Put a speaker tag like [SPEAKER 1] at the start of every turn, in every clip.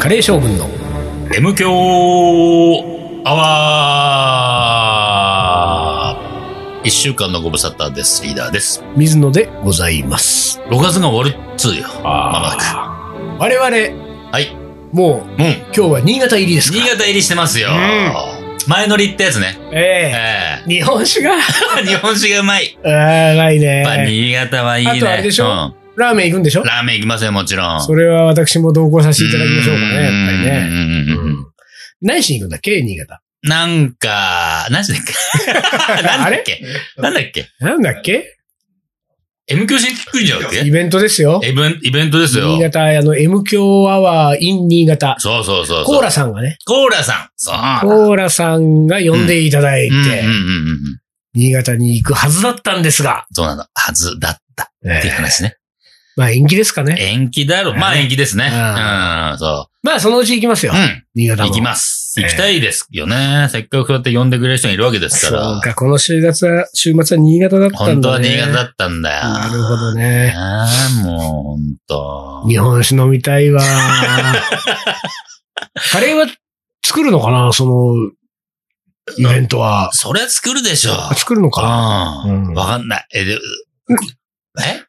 [SPEAKER 1] カレー将軍の
[SPEAKER 2] M 強アワー一週間のご無沙汰です。リーダーです。
[SPEAKER 1] 水野でございます。
[SPEAKER 2] 6月が終わるっつうよ。まもなく。
[SPEAKER 1] 我々、
[SPEAKER 2] はい。
[SPEAKER 1] もう今
[SPEAKER 2] うん。
[SPEAKER 1] 日は新潟入りですか
[SPEAKER 2] 新潟入りしてますよ。前乗りってやつね。
[SPEAKER 1] え
[SPEAKER 2] え
[SPEAKER 1] え日本酒 が、
[SPEAKER 2] え日本酒がうまい。
[SPEAKER 1] ああ、ないね
[SPEAKER 2] やっぱ。新潟はいいね。
[SPEAKER 1] あとあれでしょ
[SPEAKER 2] うん
[SPEAKER 1] ラーメン行くんでしょ
[SPEAKER 2] ラーメン行きますよ、もちろん。
[SPEAKER 1] それは私も同行させていただきましょうかね、やっぱりね。
[SPEAKER 2] ね
[SPEAKER 1] うん何しに行くんだっけ新潟。
[SPEAKER 2] なんか、何時だっ けなん だっけなんだっけ
[SPEAKER 1] なんだっけ
[SPEAKER 2] ?M 教しにくいんじゃなく
[SPEAKER 1] イ
[SPEAKER 2] て
[SPEAKER 1] ベントですよ。
[SPEAKER 2] イベンイベントですよ
[SPEAKER 1] 新。潟、あの、M 強アワー in 新潟。
[SPEAKER 2] そうそうそうそう。
[SPEAKER 1] コーラさんがね、
[SPEAKER 2] コーラさん。そう。
[SPEAKER 1] コーラさんが呼んでいただい
[SPEAKER 2] うんうんうん
[SPEAKER 1] て、
[SPEAKER 2] うん。
[SPEAKER 1] 新潟に行くはずだったんですが、
[SPEAKER 2] そうなの。はずだった。っていう
[SPEAKER 1] ええ
[SPEAKER 2] 話ね。
[SPEAKER 1] まあ延期ですかね。
[SPEAKER 2] 延期だろ。まあ延期ですね。
[SPEAKER 1] う
[SPEAKER 2] うんん、そ
[SPEAKER 1] まあそのうち行きますよ
[SPEAKER 2] う。う。ん。
[SPEAKER 1] 新潟も。
[SPEAKER 2] 行きます。
[SPEAKER 1] ええ
[SPEAKER 2] 行きたいですよね。せっかくそうやって呼んでくれる人がいるわけですか
[SPEAKER 1] そう
[SPEAKER 2] ら。
[SPEAKER 1] か、この週末は、週末は新潟だったんだね。
[SPEAKER 2] 本当は新潟だったんだよ。
[SPEAKER 1] なるほど
[SPEAKER 2] ね
[SPEAKER 1] ね。
[SPEAKER 2] えもう、本当。
[SPEAKER 1] 日本酒飲みたい わ。カレーは作るのかなその、イベントは。
[SPEAKER 2] そりゃ作るでしょ。
[SPEAKER 1] あ作るの
[SPEAKER 2] う
[SPEAKER 1] かうん
[SPEAKER 2] ん。わかんない。え、で、え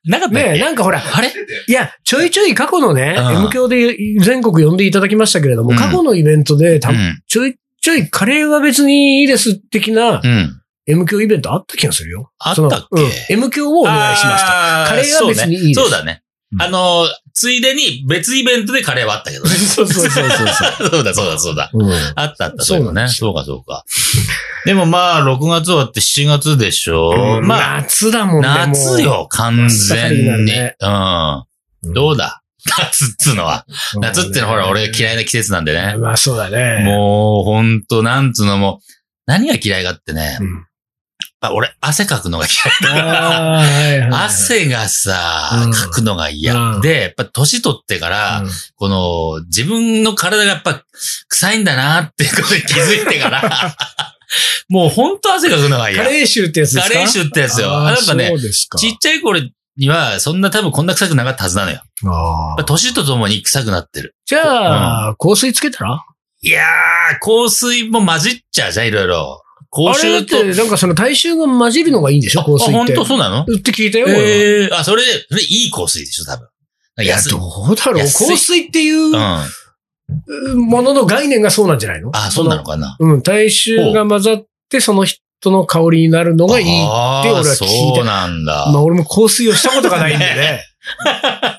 [SPEAKER 2] なかったっ
[SPEAKER 1] なねえ、
[SPEAKER 2] け
[SPEAKER 1] なんかほら、
[SPEAKER 2] あれ
[SPEAKER 1] いや、ちょいちょい過去のね、
[SPEAKER 2] うん
[SPEAKER 1] M 教で全国呼んでいただきましたけれども、
[SPEAKER 2] うん
[SPEAKER 1] 過去のイベントで、た
[SPEAKER 2] うん。
[SPEAKER 1] ちょいちょいカレーは別にいいです的な
[SPEAKER 2] うん。
[SPEAKER 1] M 教イベントあった気がするよ。
[SPEAKER 2] あった
[SPEAKER 1] そ
[SPEAKER 2] っ
[SPEAKER 1] のうん
[SPEAKER 2] け
[SPEAKER 1] ?M 教をお願いしますと。
[SPEAKER 2] あー
[SPEAKER 1] カレーは別にいいです
[SPEAKER 2] そうねそうだね
[SPEAKER 1] う。ん
[SPEAKER 2] あの、ついでに別イベントでカレーはあったけどね。
[SPEAKER 1] そうそうそうそうそ
[SPEAKER 2] そうだ、そうだ、そうだ。
[SPEAKER 1] う。うん
[SPEAKER 2] あったあった、
[SPEAKER 1] そう
[SPEAKER 2] そう
[SPEAKER 1] なん
[SPEAKER 2] だ
[SPEAKER 1] で
[SPEAKER 2] ね。
[SPEAKER 1] す
[SPEAKER 2] そうか、そうか。でもまあ、6月終わって7月でしょ。
[SPEAKER 1] うん
[SPEAKER 2] まあ、
[SPEAKER 1] 夏だもんね。もう
[SPEAKER 2] 夏。よ、完全に。
[SPEAKER 1] 真っ
[SPEAKER 2] うん。どうだ夏っつうのは。夏ってのはほら、俺嫌いな季節なんでね。
[SPEAKER 1] まあそうだね。
[SPEAKER 2] もう、ほんと、なんつうのもう、何が嫌いかってね
[SPEAKER 1] う、ん。
[SPEAKER 2] やっぱ俺、汗かくのが嫌いだから。
[SPEAKER 1] ああ、はいはいはい。
[SPEAKER 2] 汗がさ
[SPEAKER 1] うん、
[SPEAKER 2] かくのが嫌。
[SPEAKER 1] うん
[SPEAKER 2] で、やっぱ年取ってから、この、自分の体がやっぱ臭いんだなっていうことに気づい てから、もうほんと汗かくのが
[SPEAKER 1] うん
[SPEAKER 2] 嫌。
[SPEAKER 1] カ
[SPEAKER 2] カレ
[SPEAKER 1] レー臭ってやつですか
[SPEAKER 2] ー臭ってやつよ。
[SPEAKER 1] あー
[SPEAKER 2] なんかね
[SPEAKER 1] そ、うですか。
[SPEAKER 2] ちっちゃい頃には、そんな多分こんな臭くなかったはずなのよ。やっ
[SPEAKER 1] あ
[SPEAKER 2] ぱ
[SPEAKER 1] ー
[SPEAKER 2] 年とともに臭くなってる。
[SPEAKER 1] じゃあ、香水つけたら
[SPEAKER 2] いやー、香水も混じっちゃうじゃん、いろいろ。
[SPEAKER 1] あ
[SPEAKER 2] 口
[SPEAKER 1] れだっ
[SPEAKER 2] 臭と。
[SPEAKER 1] て、なんかその体臭が混じるのがいいんでしょ
[SPEAKER 2] あ、
[SPEAKER 1] 香水
[SPEAKER 2] ほ
[SPEAKER 1] っ
[SPEAKER 2] ん
[SPEAKER 1] て。
[SPEAKER 2] とそうなの
[SPEAKER 1] って聞いたよ。俺は
[SPEAKER 2] ええあ、それ、それいい香水でしょ、多分。
[SPEAKER 1] いや、
[SPEAKER 2] 安
[SPEAKER 1] どうだろう。香
[SPEAKER 2] 安い
[SPEAKER 1] 水っていう
[SPEAKER 2] うん。
[SPEAKER 1] う
[SPEAKER 2] あ、
[SPEAKER 1] ものの概念がそうなんじゃないの
[SPEAKER 2] そうなのかな。
[SPEAKER 1] うん、体臭が混ざって、その人の香りになるのがいい。
[SPEAKER 2] あ
[SPEAKER 1] 俺は聞い
[SPEAKER 2] あ、
[SPEAKER 1] た
[SPEAKER 2] そうなんだ。
[SPEAKER 1] まあ、俺も香水をしたことがないんで ね。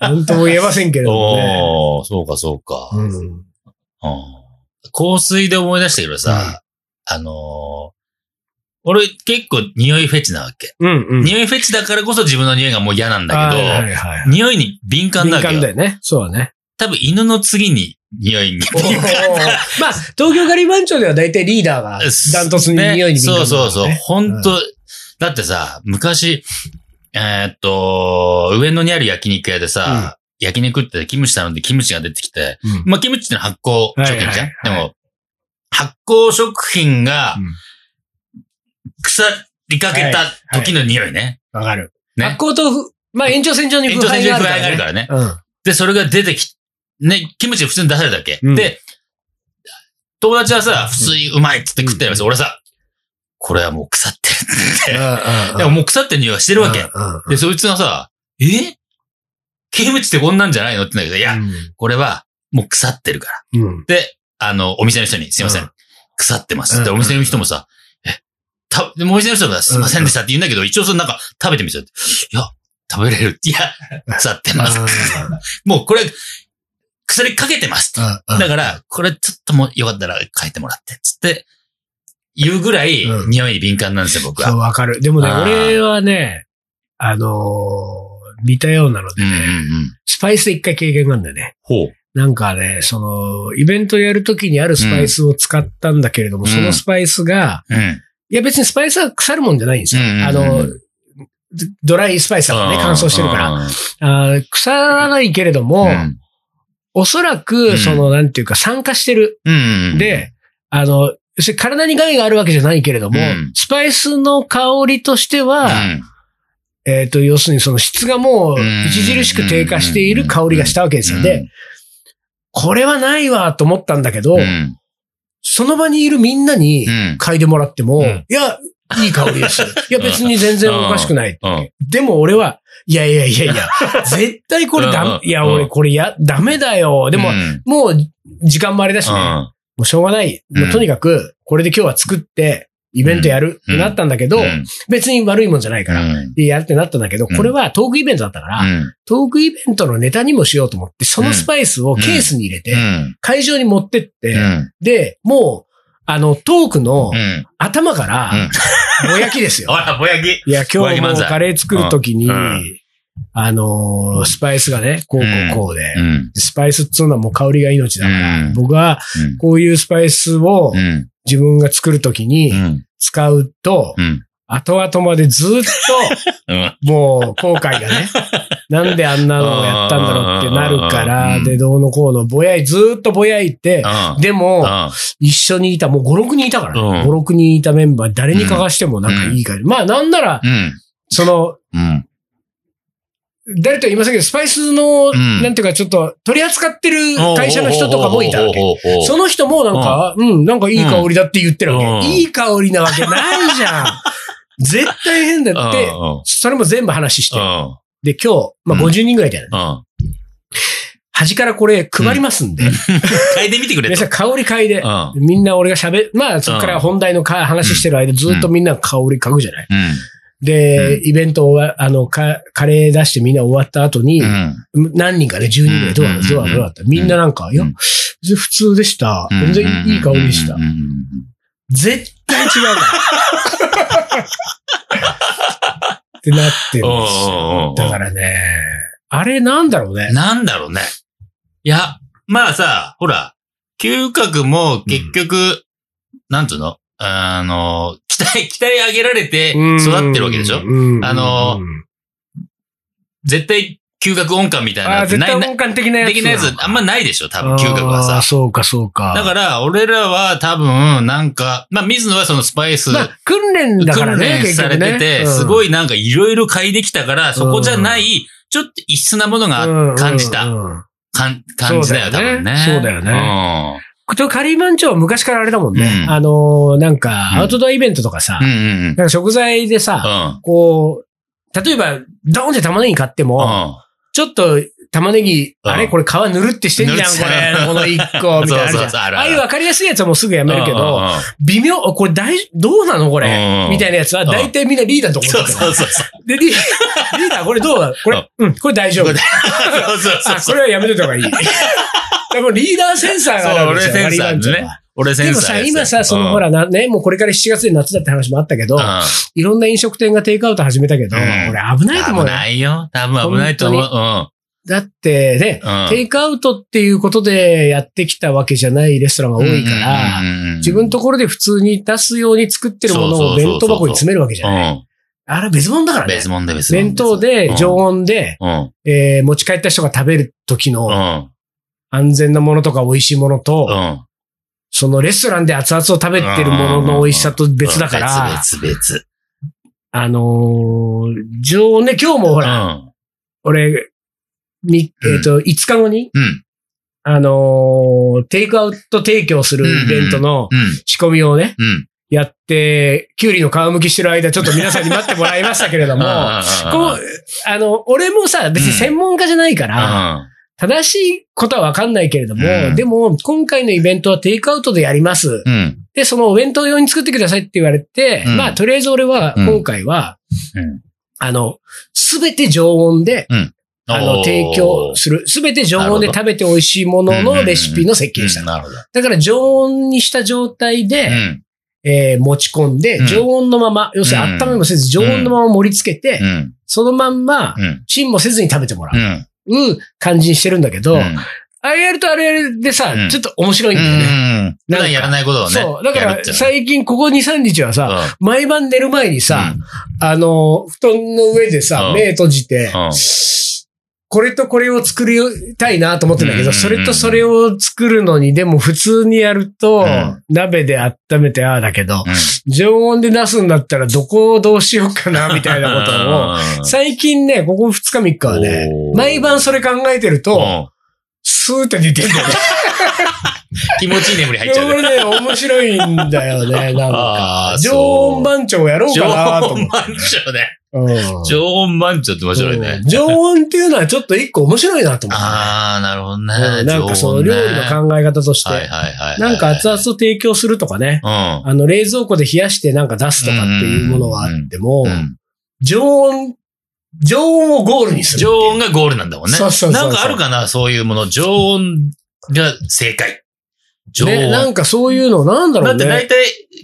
[SPEAKER 1] なんとも言えませんけれどもね。
[SPEAKER 2] おーそうか、そうか、うん
[SPEAKER 1] うん。
[SPEAKER 2] 香水で思い出したけどさ、あのー俺結構匂いフェチなわけ。
[SPEAKER 1] うんうん。
[SPEAKER 2] 匂いフェチだからこそ自分の匂いがもう嫌なんだけど、
[SPEAKER 1] はいはいはい
[SPEAKER 2] 匂いに敏感なわ
[SPEAKER 1] 敏
[SPEAKER 2] け
[SPEAKER 1] 感だ
[SPEAKER 2] よ。
[SPEAKER 1] よね。そうだね。
[SPEAKER 2] 多分犬の次に匂いに。
[SPEAKER 1] おーまあ、東京ガリバン長では大体リーダーがダントツに匂いに敏感だ
[SPEAKER 2] ね
[SPEAKER 1] から
[SPEAKER 2] そ
[SPEAKER 1] ね
[SPEAKER 2] うそうそう。本当、だってさ、昔、えーっと、上野にある焼肉屋でさ、焼肉ってキムチ頼んでキムチが出てきて、
[SPEAKER 1] うん
[SPEAKER 2] まあ、キムチってのは発酵食品じゃん、
[SPEAKER 1] はいはいはい
[SPEAKER 2] でも、発酵食品が
[SPEAKER 1] うん
[SPEAKER 2] 腐りかけた時の匂いね。
[SPEAKER 1] わかる。
[SPEAKER 2] ね
[SPEAKER 1] 発酵とふ、まあ延長線上に
[SPEAKER 2] 延
[SPEAKER 1] 腐
[SPEAKER 2] 長線
[SPEAKER 1] 敗がある
[SPEAKER 2] 上に不
[SPEAKER 1] から
[SPEAKER 2] 安がある
[SPEAKER 1] ね
[SPEAKER 2] か。らね。
[SPEAKER 1] うん。
[SPEAKER 2] で、それが出てき、ね、キムチ普通に出されたわけ。
[SPEAKER 1] うん
[SPEAKER 2] で、友達はさ、普通にうまいっつって食ってるやつ、俺さ、これはもう腐ってるって言って。 でも
[SPEAKER 1] っ
[SPEAKER 2] もう腐ってる匂いはして
[SPEAKER 1] て
[SPEAKER 2] るわけ。
[SPEAKER 1] う
[SPEAKER 2] で、そいつがさ、えキムチってこんなんじゃないのって言うんだけど、いや、
[SPEAKER 1] ん。
[SPEAKER 2] これはもう腐ってるから。
[SPEAKER 1] うん。
[SPEAKER 2] で、あの、お店の人に、すいません、
[SPEAKER 1] うん
[SPEAKER 2] 腐ってま
[SPEAKER 1] う
[SPEAKER 2] す。
[SPEAKER 1] ん
[SPEAKER 2] ってお店の人もさ、え、た、でもお店の人もさすいませんでしたって言うんだけど、一応そのなんか食べてみていや、食べれる。いや、腐ってます。もうこれ、薬かけてます。
[SPEAKER 1] うん
[SPEAKER 2] だから、これちょっともうよかったら変えてもらって、つって、言うぐらい
[SPEAKER 1] うん
[SPEAKER 2] 匂いに敏感なんですよ、僕
[SPEAKER 1] そう、
[SPEAKER 2] は。
[SPEAKER 1] わかる。でもね、
[SPEAKER 2] あー
[SPEAKER 1] 俺はね、あのー似たようなので
[SPEAKER 2] うんうんう
[SPEAKER 1] ね、
[SPEAKER 2] ん。
[SPEAKER 1] スパイスで一回経験があるんだよね。
[SPEAKER 2] ほう。
[SPEAKER 1] なんかね、その、イベントやるときにあるスパイスを使ったんだけれども、
[SPEAKER 2] うん
[SPEAKER 1] そのスパイスが、
[SPEAKER 2] うん。
[SPEAKER 1] いや別にスパイスは腐るもんじゃないんですよ。
[SPEAKER 2] うんうんうん
[SPEAKER 1] あの、ドライスパイスだからね、乾燥してるから。あー腐らないけれども、
[SPEAKER 2] うん。うん
[SPEAKER 1] おそら
[SPEAKER 2] う
[SPEAKER 1] く、
[SPEAKER 2] ん
[SPEAKER 1] その、なんていうか、酸化してる。
[SPEAKER 2] うん。
[SPEAKER 1] で、あの、それ体に害があるわけじゃないけれども、
[SPEAKER 2] うん
[SPEAKER 1] スパイスの香りとして
[SPEAKER 2] うん、
[SPEAKER 1] は、えっ、と、要するにその質がもう
[SPEAKER 2] うん
[SPEAKER 1] 著しく低下している香りがしたわけですよ。で、これはないわと思ったんだけど、
[SPEAKER 2] うん。
[SPEAKER 1] その場にいるみんなに
[SPEAKER 2] うん。
[SPEAKER 1] 嗅いでもらっても、
[SPEAKER 2] うん
[SPEAKER 1] いや、いい香り です。いや、別に全然おかしくない。
[SPEAKER 2] うん。
[SPEAKER 1] でも俺は、いやいやい やいや、絶対これ
[SPEAKER 2] うんう
[SPEAKER 1] ダメ、
[SPEAKER 2] ん
[SPEAKER 1] いや、俺これや、ダメだよ。でも
[SPEAKER 2] う、ん、
[SPEAKER 1] もう、時間もあれだしね、もうしょうがない。もうとにかく、これで今日は作って、イベントやるってなったんだけど、
[SPEAKER 2] うん。
[SPEAKER 1] 別に悪いもんじゃないから、
[SPEAKER 2] うん
[SPEAKER 1] でやるってなったんだけど、
[SPEAKER 2] うん
[SPEAKER 1] これはトークイベントだったから、
[SPEAKER 2] うん。
[SPEAKER 1] トークイベントのネタにもしようと思って、そのスパイスをケースに入れて、
[SPEAKER 2] うん。
[SPEAKER 1] 会場に持ってって、
[SPEAKER 2] うん。
[SPEAKER 1] で、もう、あの、トークの
[SPEAKER 2] うん。
[SPEAKER 1] 頭から、ぼやきです よ。
[SPEAKER 2] あら、ぼやき。
[SPEAKER 1] いや、今日
[SPEAKER 2] ぼや
[SPEAKER 1] も
[SPEAKER 2] き漫才
[SPEAKER 1] カレー作るときに、
[SPEAKER 2] うんうん
[SPEAKER 1] あのースパイスがね、こうこうこうで、
[SPEAKER 2] うん。
[SPEAKER 1] スパイスっつうのはもう香りが命だから、
[SPEAKER 2] うん
[SPEAKER 1] 僕は
[SPEAKER 2] うん
[SPEAKER 1] こういうスパイスを
[SPEAKER 2] うん。
[SPEAKER 1] 自分が作るときに
[SPEAKER 2] うん。
[SPEAKER 1] 使うと、
[SPEAKER 2] うん。
[SPEAKER 1] 後々までずっ
[SPEAKER 2] うん。
[SPEAKER 1] と、もう後悔が ね、なんであんなのをやったんだろうってなるか
[SPEAKER 2] う
[SPEAKER 1] ら、
[SPEAKER 2] ん
[SPEAKER 1] で、どうのこうの、ぼやい、ずーっとぼやいて、でも、一緒にいた、もう5、6人いたから、
[SPEAKER 2] うん
[SPEAKER 1] 5、6人いたメンバー、誰にかがしてもなんかいい感じ。まあ、なんなら、
[SPEAKER 2] うん。
[SPEAKER 1] その、
[SPEAKER 2] うん。
[SPEAKER 1] 誰とは言いませんけど、スパイスの、
[SPEAKER 2] ん
[SPEAKER 1] なんていうか、ちょっと取り扱ってる会社の人とかもいたわけ。そ
[SPEAKER 2] そ
[SPEAKER 1] の人もなんか、うん、なんかいい香りだって言ってるわけ。
[SPEAKER 2] うん
[SPEAKER 1] いい香りなわけないじ ゃん。絶対変だって、
[SPEAKER 2] う
[SPEAKER 1] それも全部話して。
[SPEAKER 2] ん。
[SPEAKER 1] で、今日、まあ
[SPEAKER 2] うん
[SPEAKER 1] 50人ぐらいだよね。
[SPEAKER 2] うん。
[SPEAKER 1] 端からこれ配りますんで、
[SPEAKER 2] 変えてみてくれ
[SPEAKER 1] 皆
[SPEAKER 2] と。
[SPEAKER 1] さん香り嗅いで
[SPEAKER 2] う、ん。
[SPEAKER 1] みんな俺が喋、まあそこから本題のか話してる間ずっとみんな香り嗅ぐじゃない。
[SPEAKER 2] うん。
[SPEAKER 1] で、イベント終わ、あの、かカレー出してみんな終わった後に
[SPEAKER 2] う、ん。
[SPEAKER 1] 何人かね、10人ぐらいどうだった、どうだった、どうだった。みんななんか、いや
[SPEAKER 2] うん、
[SPEAKER 1] 普通でした。全然いい香りでした
[SPEAKER 2] う。ん。
[SPEAKER 1] 絶対違うな。ってなってるんですよ。だからね、あれなんだろうね。
[SPEAKER 2] なんだろうね。いや、まあさ、ほら、嗅覚も結局、なんつうのあの、鍛え、 鍛え上げられて育ってるわけでしょ
[SPEAKER 1] うん
[SPEAKER 2] あの
[SPEAKER 1] うん
[SPEAKER 2] 絶対嗅覚音感みたいな
[SPEAKER 1] あー
[SPEAKER 2] のって
[SPEAKER 1] 絶
[SPEAKER 2] ない
[SPEAKER 1] 対
[SPEAKER 2] ない、
[SPEAKER 1] 音感的なやつ。
[SPEAKER 2] できないやつあんまないでしょ多分嗅覚は
[SPEAKER 1] あー
[SPEAKER 2] さ。
[SPEAKER 1] そうか、そうか。
[SPEAKER 2] だから、俺らは多分、なんか、まあ、水野はそのスパイス、
[SPEAKER 1] まあ、訓練だから
[SPEAKER 2] 訓
[SPEAKER 1] ね、
[SPEAKER 2] 練されてて、すご
[SPEAKER 1] い
[SPEAKER 2] いなんかいろいろ嗅いできたから、そこじゃない、ちょっと異質なものが感じた。感感じだよ、
[SPEAKER 1] そ
[SPEAKER 2] 多
[SPEAKER 1] うだよね
[SPEAKER 2] 分ね。
[SPEAKER 1] そうだよ
[SPEAKER 2] ね。
[SPEAKER 1] と、カリーマンチョは昔からあれだもんね。
[SPEAKER 2] うん
[SPEAKER 1] あのー、なん
[SPEAKER 2] う
[SPEAKER 1] か、
[SPEAKER 2] ん
[SPEAKER 1] アウトドアイベントとかさ、
[SPEAKER 2] うんうんうん。
[SPEAKER 1] なんか食材でさ、
[SPEAKER 2] うん。
[SPEAKER 1] こう、例えば、ドーンって玉ねぎ買っても、ちょっと玉ねぎ、
[SPEAKER 2] うん
[SPEAKER 1] あれこれ皮ぬるってしてんじ
[SPEAKER 2] ぬ
[SPEAKER 1] ゃ
[SPEAKER 2] る
[SPEAKER 1] ん
[SPEAKER 2] っ
[SPEAKER 1] こ
[SPEAKER 2] て
[SPEAKER 1] れ、この一個、みたいなのある
[SPEAKER 2] そう
[SPEAKER 1] じ
[SPEAKER 2] そうそう
[SPEAKER 1] ゃ
[SPEAKER 2] あ
[SPEAKER 1] ん。
[SPEAKER 2] る
[SPEAKER 1] あ
[SPEAKER 2] あ
[SPEAKER 1] あ
[SPEAKER 2] る
[SPEAKER 1] いうわかりやすいやつはもうすぐや
[SPEAKER 2] うん。
[SPEAKER 1] めるけど、
[SPEAKER 2] う
[SPEAKER 1] 微妙、あこれ大、どうなのこ
[SPEAKER 2] ん
[SPEAKER 1] れ。
[SPEAKER 2] うんうん
[SPEAKER 1] みたいなやつは、
[SPEAKER 2] うん
[SPEAKER 1] 大体みんなリーダーのとこ
[SPEAKER 2] そう
[SPEAKER 1] ろ
[SPEAKER 2] そうそう。
[SPEAKER 1] で、リーダー、リーダーこれどうだこれ、うん、これ大丈夫
[SPEAKER 2] こ。れそうそうそう
[SPEAKER 1] あ、これはやめといた方がい い。でもリーダーセンサーがあるわけですよ
[SPEAKER 2] そう俺センサーですね
[SPEAKER 1] ガリバンチョは
[SPEAKER 2] 俺
[SPEAKER 1] で
[SPEAKER 2] 先
[SPEAKER 1] も
[SPEAKER 2] 生
[SPEAKER 1] さ、今さ、そのほらな、ね、もうこれから7月で夏だって話もあったけど、いろんな飲食店がテイクアウト始めたけど、
[SPEAKER 2] うん
[SPEAKER 1] 俺危ないと思う
[SPEAKER 2] 危
[SPEAKER 1] よ。
[SPEAKER 2] ないよ。多分危ないと思う。
[SPEAKER 1] だってね、
[SPEAKER 2] うん。うん
[SPEAKER 1] テイクアウトっていうことでやってきたわけじゃないレストランが多いから、
[SPEAKER 2] うんうんうんうん
[SPEAKER 1] 自分のところで普通に出すように作ってるも
[SPEAKER 2] そう
[SPEAKER 1] の
[SPEAKER 2] そ
[SPEAKER 1] を
[SPEAKER 2] うそうそう
[SPEAKER 1] 弁当箱に詰めるわけじゃない。あれは別物だか
[SPEAKER 2] う
[SPEAKER 1] ら
[SPEAKER 2] ん。
[SPEAKER 1] ね
[SPEAKER 2] 別。物で別物。
[SPEAKER 1] 弁当で、常温で、
[SPEAKER 2] うん。うん。
[SPEAKER 1] えー持ち帰った人が食べる時
[SPEAKER 2] う
[SPEAKER 1] の
[SPEAKER 2] ん。
[SPEAKER 1] 安全なものとか美味しいものと、
[SPEAKER 2] うん。
[SPEAKER 1] そのレストランで熱々を食べてるものの美味しさと別だから、
[SPEAKER 2] 別々
[SPEAKER 1] あのー常温ね、今日もほら、
[SPEAKER 2] 々。
[SPEAKER 1] 俺、み、えっ、と、5日後に、
[SPEAKER 2] うん。うん。
[SPEAKER 1] あのーテイクアウト提供するイベントの
[SPEAKER 2] うん。
[SPEAKER 1] 仕込みをね、
[SPEAKER 2] うん。
[SPEAKER 1] やって、キュウリの皮むきしてる間、ちょっと皆さんに待ってもらいましたけれど も、こう、あの、俺もさ、別に専門家じゃないから、正しいことはわかんないけれども、
[SPEAKER 2] うん
[SPEAKER 1] でも、今回のイベントはテイクアウトでやります。
[SPEAKER 2] うん。うん。
[SPEAKER 1] で、そのお弁当用に作ってくださいって言われて、
[SPEAKER 2] うん
[SPEAKER 1] まあ、とりあえず俺は、
[SPEAKER 2] うん
[SPEAKER 1] 今回は、
[SPEAKER 2] うん
[SPEAKER 1] あの、すべて常温で、あの、提供する。すべて常温で食べて美味しいもののレシピの設計でした。
[SPEAKER 2] なるほど。
[SPEAKER 1] だから常温にした状態
[SPEAKER 2] う
[SPEAKER 1] で、
[SPEAKER 2] ん。
[SPEAKER 1] えー持ち込ん
[SPEAKER 2] う
[SPEAKER 1] で、
[SPEAKER 2] ん
[SPEAKER 1] 常温のまま、要するに
[SPEAKER 2] うん
[SPEAKER 1] 温めもせず常温のまま盛り付け
[SPEAKER 2] う
[SPEAKER 1] て、
[SPEAKER 2] ん。
[SPEAKER 1] そのまんま
[SPEAKER 2] う、ん。
[SPEAKER 1] チンもせずに食べてもら
[SPEAKER 2] う。
[SPEAKER 1] うん感じにしてるんだけど、
[SPEAKER 2] うん
[SPEAKER 1] あれやるとあれやるでさ
[SPEAKER 2] う、ん
[SPEAKER 1] ちょっと面白いんだよね。
[SPEAKER 2] 普段やらないことをね。
[SPEAKER 1] そう。だから、
[SPEAKER 2] 最
[SPEAKER 1] 最近ここ2、3日はさ、毎晩寝る前にさ、、あの、布団の上で
[SPEAKER 2] う
[SPEAKER 1] さ、
[SPEAKER 2] ん
[SPEAKER 1] 目閉じて
[SPEAKER 2] うん、
[SPEAKER 1] これとこれを作りたいなと思ってんだけ
[SPEAKER 2] うんうんう
[SPEAKER 1] ど、
[SPEAKER 2] ん
[SPEAKER 1] それとそれを作るのに、でも普通にやると
[SPEAKER 2] うん、
[SPEAKER 1] 鍋で温めてああだけど、常温で出すんだったらどこをどうしようか な、みたいなことを、最近ね、ここ2日3日はね
[SPEAKER 2] お、ー
[SPEAKER 1] 毎晩それ考えてると、スーって出てるんだよね。
[SPEAKER 2] 気持ちいい 眠り入っちゃう
[SPEAKER 1] こ
[SPEAKER 2] ね。
[SPEAKER 1] れね、面白いんだよね、なん か
[SPEAKER 2] あー。そう
[SPEAKER 1] 常温番長やろう
[SPEAKER 2] 常
[SPEAKER 1] かなと思
[SPEAKER 2] 温
[SPEAKER 1] って。
[SPEAKER 2] 満潮ね。
[SPEAKER 1] うん
[SPEAKER 2] 常温満潮って面白いね
[SPEAKER 1] うん。常温っていうのはちょっと一個面白いなと思って
[SPEAKER 2] あー、なるほど
[SPEAKER 1] う
[SPEAKER 2] ね。
[SPEAKER 1] ん。なんかその
[SPEAKER 2] 常温ね
[SPEAKER 1] 料理の考え方とし
[SPEAKER 2] はい
[SPEAKER 1] て。
[SPEAKER 2] はいはいはい。
[SPEAKER 1] なんか熱々を提供するとかね。
[SPEAKER 2] 々。
[SPEAKER 1] あの、冷蔵庫で冷やしてなんか出すとかっていうものはあっても
[SPEAKER 2] うん。う、ん。
[SPEAKER 1] 常温、常温をゴールにする。
[SPEAKER 2] 常温がゴールなんだもんね。
[SPEAKER 1] そうそうそうそ
[SPEAKER 2] な
[SPEAKER 1] うん
[SPEAKER 2] かあるかなそういうもの。常温が正解。常
[SPEAKER 1] ね、な
[SPEAKER 2] 温。
[SPEAKER 1] んかそういうの、なんだ
[SPEAKER 2] だ
[SPEAKER 1] ろ
[SPEAKER 2] っ
[SPEAKER 1] う
[SPEAKER 2] て
[SPEAKER 1] ね。
[SPEAKER 2] 大体、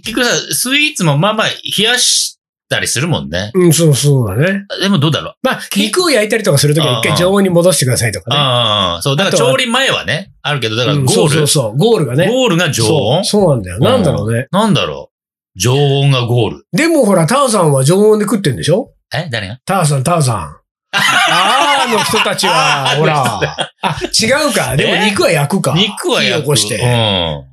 [SPEAKER 2] 結局さ、スイーツもまあまあ冷やしたりするもんね。
[SPEAKER 1] うん、そうそうだね。
[SPEAKER 2] でもどうだろう。
[SPEAKER 1] まあ、肉を焼いたりとかするときは一
[SPEAKER 2] あ
[SPEAKER 1] 回
[SPEAKER 2] ー
[SPEAKER 1] 常温に戻してくださいとかね。
[SPEAKER 2] ああ、そう。だから
[SPEAKER 1] あとは
[SPEAKER 2] 調理前はね、あるけど、だから
[SPEAKER 1] う
[SPEAKER 2] ゴ
[SPEAKER 1] んそう
[SPEAKER 2] ー
[SPEAKER 1] そ
[SPEAKER 2] ル
[SPEAKER 1] う。そう、ゴールがね。
[SPEAKER 2] ゴールが常温
[SPEAKER 1] そうそうなんだよ。なんだろうね。
[SPEAKER 2] なんだろう常温がゴール。
[SPEAKER 1] でもほら、ターザンは常温で食ってんでしょ
[SPEAKER 2] え誰が
[SPEAKER 1] ターザン、ターザン。あーの人たち は、ほら。あ、違うか。でも
[SPEAKER 2] え
[SPEAKER 1] 肉は焼くか。
[SPEAKER 2] 肉は
[SPEAKER 1] 火
[SPEAKER 2] 焼
[SPEAKER 1] 起
[SPEAKER 2] く。
[SPEAKER 1] こし
[SPEAKER 2] う
[SPEAKER 1] て。
[SPEAKER 2] ん。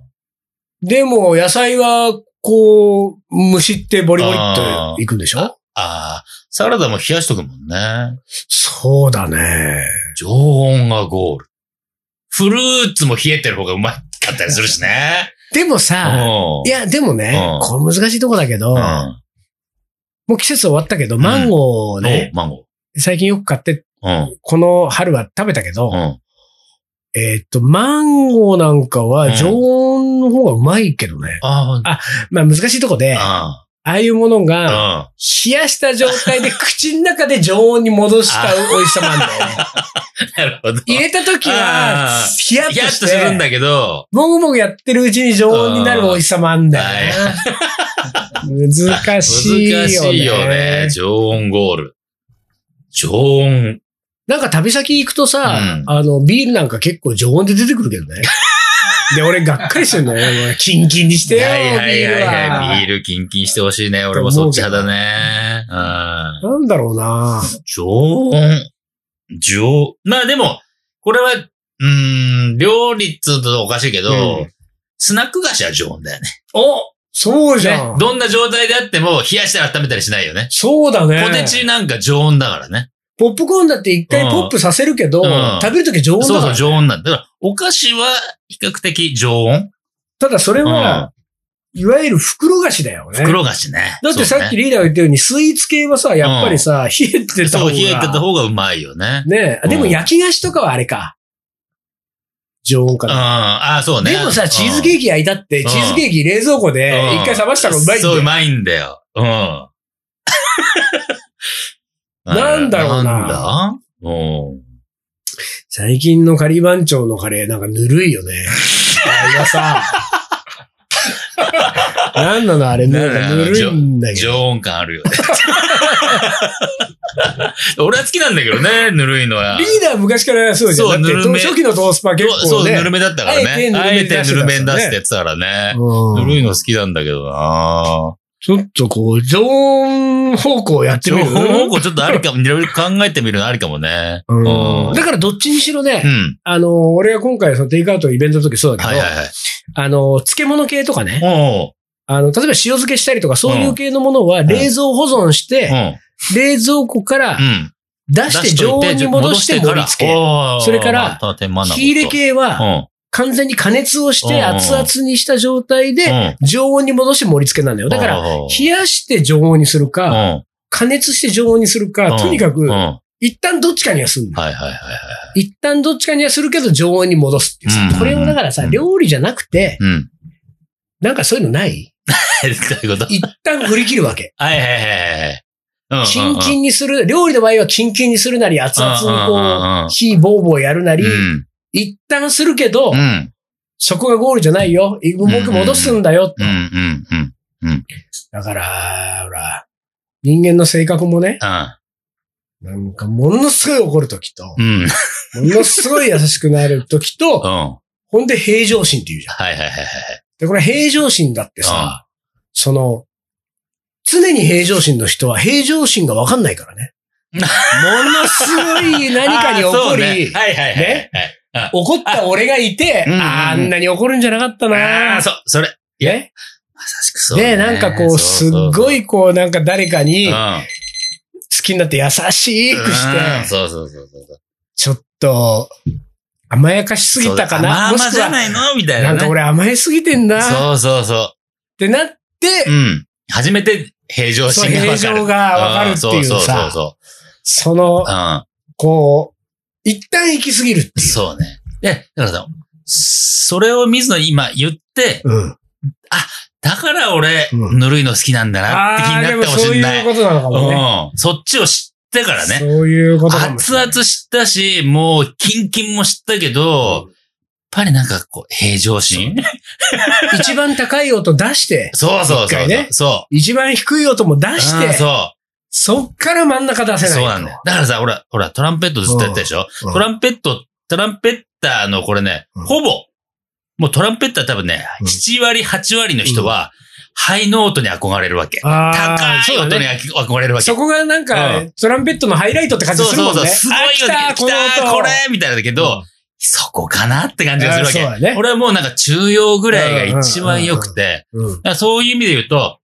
[SPEAKER 1] でも、野菜は、こう、蒸しってボリボリっ
[SPEAKER 2] あ
[SPEAKER 1] と
[SPEAKER 2] ー
[SPEAKER 1] いくんでしょ
[SPEAKER 2] ああ、サラダも冷やしとくもんね。
[SPEAKER 1] そうだね。
[SPEAKER 2] 常温がゴール。フルーツも冷えてる方がうまかったりする しね。
[SPEAKER 1] でも
[SPEAKER 2] う
[SPEAKER 1] さ、
[SPEAKER 2] ん。
[SPEAKER 1] いや、でもね
[SPEAKER 2] う、ん
[SPEAKER 1] これ難しいとこだけど、
[SPEAKER 2] うん。
[SPEAKER 1] もう季節終わったけど、マンゴーね、
[SPEAKER 2] おマンゴ
[SPEAKER 1] 最近よく買って、
[SPEAKER 2] ー。
[SPEAKER 1] この春は食べたけど
[SPEAKER 2] うん。、うん。
[SPEAKER 1] えーっと、マンゴーなんか
[SPEAKER 2] うん
[SPEAKER 1] は常温の方がうまいけどね。
[SPEAKER 2] ああ、
[SPEAKER 1] まあ難しいとこで、あ
[SPEAKER 2] あ
[SPEAKER 1] あいうもの が
[SPEAKER 2] あ。
[SPEAKER 1] 冷やした状態で口の中で常温に戻した美味しさもあるんだ よね。
[SPEAKER 2] うん。なるほど。
[SPEAKER 1] 入れた時は
[SPEAKER 2] あ、
[SPEAKER 1] ヒヤッ
[SPEAKER 2] ヒヤ
[SPEAKER 1] と
[SPEAKER 2] ッ
[SPEAKER 1] し
[SPEAKER 2] とするん
[SPEAKER 1] て、
[SPEAKER 2] だけど、
[SPEAKER 1] もぐもぐやってるうちに常温になる美味しさもあるんだよね。難しいよね。
[SPEAKER 2] 難しいよね。常温ゴール。常温。
[SPEAKER 1] なんか旅先行くとさ、
[SPEAKER 2] うん
[SPEAKER 1] あの、ビールなんか結構常温で出てくるけ どね。で、俺がっかりするんだよね。もうキンキンにしてよ、ビール
[SPEAKER 2] ビ
[SPEAKER 1] は。
[SPEAKER 2] ールキンキンしてほしいね。俺もそっち派だね。うん。
[SPEAKER 1] なんだろうな
[SPEAKER 2] 常温。常、まあでも、これは、うーん、料理っつうとおかしいけど、
[SPEAKER 1] うん
[SPEAKER 2] スナック菓子は常温だよね。
[SPEAKER 1] おそうじゃ
[SPEAKER 2] ね
[SPEAKER 1] ん。
[SPEAKER 2] どんな状態であっても、冷やしたら温めたりしないよね。
[SPEAKER 1] そうだね。
[SPEAKER 2] ポテチなんか常温だからね。
[SPEAKER 1] ポップコーンだって一回ポップさせるけど、
[SPEAKER 2] うん
[SPEAKER 1] 食べるとき常温だか
[SPEAKER 2] そ
[SPEAKER 1] ら
[SPEAKER 2] うそう、常温なんだ。だから、お菓子は比較的常温
[SPEAKER 1] ただそれは、いわゆる袋菓子だよね。
[SPEAKER 2] 袋菓子ね。
[SPEAKER 1] だってさっき
[SPEAKER 2] そうね
[SPEAKER 1] リーダーが言ったように、スイーツ系はさ、やっぱりさ、冷えてた方
[SPEAKER 2] そう、
[SPEAKER 1] が。
[SPEAKER 2] 冷えてた方がうまいよね。
[SPEAKER 1] ねえ。でも焼き菓子とかはあれか。常温か
[SPEAKER 2] うん。
[SPEAKER 1] な。
[SPEAKER 2] ああ、そうね。
[SPEAKER 1] でもさ、チーズケ
[SPEAKER 2] ー
[SPEAKER 1] ーキ焼いたって、
[SPEAKER 2] うん
[SPEAKER 1] チーズケーキ冷蔵庫で
[SPEAKER 2] うん
[SPEAKER 1] 一回冷ましたらうまいんだ
[SPEAKER 2] そう、う
[SPEAKER 1] よ。
[SPEAKER 2] まいんだよ。うん。
[SPEAKER 1] なんだろうな
[SPEAKER 2] なんだうん。
[SPEAKER 1] 最近のカリバン町のカレーなんかぬるいよね。あれが さ。なんなのあれ、なんかぬるいんだけど。
[SPEAKER 2] 常温感あるよね。 俺は好きなんだけどね、ぬるいのは
[SPEAKER 1] リ。ーダー昔からそうじゃん。
[SPEAKER 2] そう
[SPEAKER 1] だって
[SPEAKER 2] ぬるめ
[SPEAKER 1] 初期のトースパ結
[SPEAKER 2] そ
[SPEAKER 1] 構
[SPEAKER 2] う、
[SPEAKER 1] ね。
[SPEAKER 2] ぬるめだったからね。あ
[SPEAKER 1] あ
[SPEAKER 2] え
[SPEAKER 1] え
[SPEAKER 2] て
[SPEAKER 1] て
[SPEAKER 2] ぬ
[SPEAKER 1] ぬ
[SPEAKER 2] る
[SPEAKER 1] る
[SPEAKER 2] め
[SPEAKER 1] め
[SPEAKER 2] に
[SPEAKER 1] に
[SPEAKER 2] 出
[SPEAKER 1] 出
[SPEAKER 2] し
[SPEAKER 1] してて
[SPEAKER 2] やってたからね。
[SPEAKER 1] う
[SPEAKER 2] ぬ
[SPEAKER 1] ん
[SPEAKER 2] るいの好きなんだけどな
[SPEAKER 1] ちょっとこう、常温方向やって
[SPEAKER 2] 常
[SPEAKER 1] みる
[SPEAKER 2] 温感ちょっとありかも、いろいろ考えてみるのありかもね。う。
[SPEAKER 1] うん
[SPEAKER 2] うん
[SPEAKER 1] んだからどっちにしろね、。あの、俺が今回そのテイクアウトイベントの時そうだけ
[SPEAKER 2] は
[SPEAKER 1] ど、
[SPEAKER 2] いはいはい。
[SPEAKER 1] あの、漬物系とかね、
[SPEAKER 2] おう
[SPEAKER 1] あの、例えば塩漬けしたりとかそういう系のものは冷蔵保存して、
[SPEAKER 2] う
[SPEAKER 1] 冷蔵庫から
[SPEAKER 2] ん。うん。
[SPEAKER 1] 出して常温に戻して盛り付け。それから火
[SPEAKER 2] 火
[SPEAKER 1] 入れ系は完全に加熱をして
[SPEAKER 2] うん
[SPEAKER 1] 熱々にした状態で
[SPEAKER 2] で、
[SPEAKER 1] 常温に戻して盛り付けなんだよ。だから、冷やして常温にするか、
[SPEAKER 2] や
[SPEAKER 1] 加熱して常温にするか、とにかく
[SPEAKER 2] うん。はい
[SPEAKER 1] 一旦どっちかにはするんだよ
[SPEAKER 2] はいはいはい。
[SPEAKER 1] 一旦どっちかにはするけど常温に戻すっていう
[SPEAKER 2] うんうんう
[SPEAKER 1] さ。
[SPEAKER 2] ん
[SPEAKER 1] これをだからさ、料理じゃなくて、
[SPEAKER 2] うん。
[SPEAKER 1] なんかそういうのない
[SPEAKER 2] え、どういうこと
[SPEAKER 1] 一旦振り切るわけ。
[SPEAKER 2] はいはいはいはい。
[SPEAKER 1] キンキ
[SPEAKER 2] ン
[SPEAKER 1] ンにする、料理の場合はキンキンにするなり、熱々にこう、火ボーボーやるなり、
[SPEAKER 2] うん。
[SPEAKER 1] 一旦するけど
[SPEAKER 2] う、ん。
[SPEAKER 1] そこがゴールじゃないよ。僕戻すんだよ。
[SPEAKER 2] うん。うん。うん。
[SPEAKER 1] だから、ほら、人間の性格もね、なんかものすごい怒るときと、
[SPEAKER 2] うん。うん。うん。
[SPEAKER 1] ものすごい優しくなるとき と、
[SPEAKER 2] は
[SPEAKER 1] ほんで平常心って言うじゃん。
[SPEAKER 2] いはいはいはい。
[SPEAKER 1] で、これ平常心だってさ、その、常に平常心の人は平常心がわかんないからね。ものすごい何かに
[SPEAKER 2] あー
[SPEAKER 1] 怒
[SPEAKER 2] そう
[SPEAKER 1] り、
[SPEAKER 2] ねはいはいはいはいはい。
[SPEAKER 1] 怒った俺がいて、
[SPEAKER 2] うんうんうん
[SPEAKER 1] あんなに怒るんじゃなかった
[SPEAKER 2] あ
[SPEAKER 1] な
[SPEAKER 2] あ、そう、それ。
[SPEAKER 1] ね
[SPEAKER 2] まさしくそうね。
[SPEAKER 1] で、なんかこう、すっご
[SPEAKER 2] い、
[SPEAKER 1] いこう、なんか誰か
[SPEAKER 2] う
[SPEAKER 1] に
[SPEAKER 2] ん
[SPEAKER 1] 好きになって優しくし
[SPEAKER 2] うん
[SPEAKER 1] て、
[SPEAKER 2] そうそうそうそう。
[SPEAKER 1] ちょっと、甘やかしすぎたかな
[SPEAKER 2] まあ
[SPEAKER 1] も
[SPEAKER 2] まあ
[SPEAKER 1] しく
[SPEAKER 2] じゃ
[SPEAKER 1] は、
[SPEAKER 2] ないのみたいな、
[SPEAKER 1] な
[SPEAKER 2] ね。
[SPEAKER 1] んか俺甘えすぎてんな。っ
[SPEAKER 2] そうそうそ
[SPEAKER 1] てなって
[SPEAKER 2] う。う、ん。初めて平常
[SPEAKER 1] そう平
[SPEAKER 2] 心がわかる。
[SPEAKER 1] 常がわかるってい
[SPEAKER 2] んそううそうそう
[SPEAKER 1] さ、
[SPEAKER 2] そ
[SPEAKER 1] その
[SPEAKER 2] う。、うん。
[SPEAKER 1] こう、一旦行き過ぎるっていう。
[SPEAKER 2] そうね。で、だからさ、それを水野に今言って、
[SPEAKER 1] うん。
[SPEAKER 2] だから俺、
[SPEAKER 1] うん
[SPEAKER 2] ぬるいの好きなんだなって気
[SPEAKER 1] あ
[SPEAKER 2] に
[SPEAKER 1] あ、
[SPEAKER 2] な
[SPEAKER 1] で
[SPEAKER 2] っ
[SPEAKER 1] も
[SPEAKER 2] たかも
[SPEAKER 1] そう
[SPEAKER 2] しれないい。
[SPEAKER 1] うことなのかもね。
[SPEAKER 2] うん。そっちを知ってからね。
[SPEAKER 1] そういうことかもし
[SPEAKER 2] 熱
[SPEAKER 1] れない。
[SPEAKER 2] 々知ったし、もう、キンキンも知ったけど、やっぱりなんかこう、平常心
[SPEAKER 1] 一番高い音出して、
[SPEAKER 2] そうそう
[SPEAKER 1] 一
[SPEAKER 2] そう。
[SPEAKER 1] 回ね
[SPEAKER 2] そ
[SPEAKER 1] 一番低い音も出
[SPEAKER 2] う。
[SPEAKER 1] し
[SPEAKER 2] うん
[SPEAKER 1] て、
[SPEAKER 2] そう。
[SPEAKER 1] そっから真ん中出せないと。
[SPEAKER 2] そうなんだよ。だからさ、ほら、ほら、トランペットずっとやったでしょ
[SPEAKER 1] うん
[SPEAKER 2] トランペット、トランペッターのこれね、
[SPEAKER 1] うん
[SPEAKER 2] ほぼ、もうトランペッター多分ね、
[SPEAKER 1] うん
[SPEAKER 2] 7割、8割の人は、ハイノートに憧れるわけ。
[SPEAKER 1] ああ、
[SPEAKER 2] 高い
[SPEAKER 1] そう
[SPEAKER 2] 音
[SPEAKER 1] だ
[SPEAKER 2] に
[SPEAKER 1] ね。
[SPEAKER 2] 憧れるわけ。
[SPEAKER 1] そこがなんか、
[SPEAKER 2] う
[SPEAKER 1] トランペットのハイライトって感じ
[SPEAKER 2] そう
[SPEAKER 1] する
[SPEAKER 2] そ
[SPEAKER 1] も
[SPEAKER 2] うん
[SPEAKER 1] ね。
[SPEAKER 2] そう。すごいよ
[SPEAKER 1] あ、来た、
[SPEAKER 2] 来た、
[SPEAKER 1] こ
[SPEAKER 2] こ
[SPEAKER 1] の
[SPEAKER 2] れ
[SPEAKER 1] 音。
[SPEAKER 2] みたいなんだけど、そこかなって感じがするわけ。
[SPEAKER 1] あーそうだね
[SPEAKER 2] 俺はもうなんか中央ぐらいが一番良くて、
[SPEAKER 1] うん。うん
[SPEAKER 2] だからそういう意味で言うと、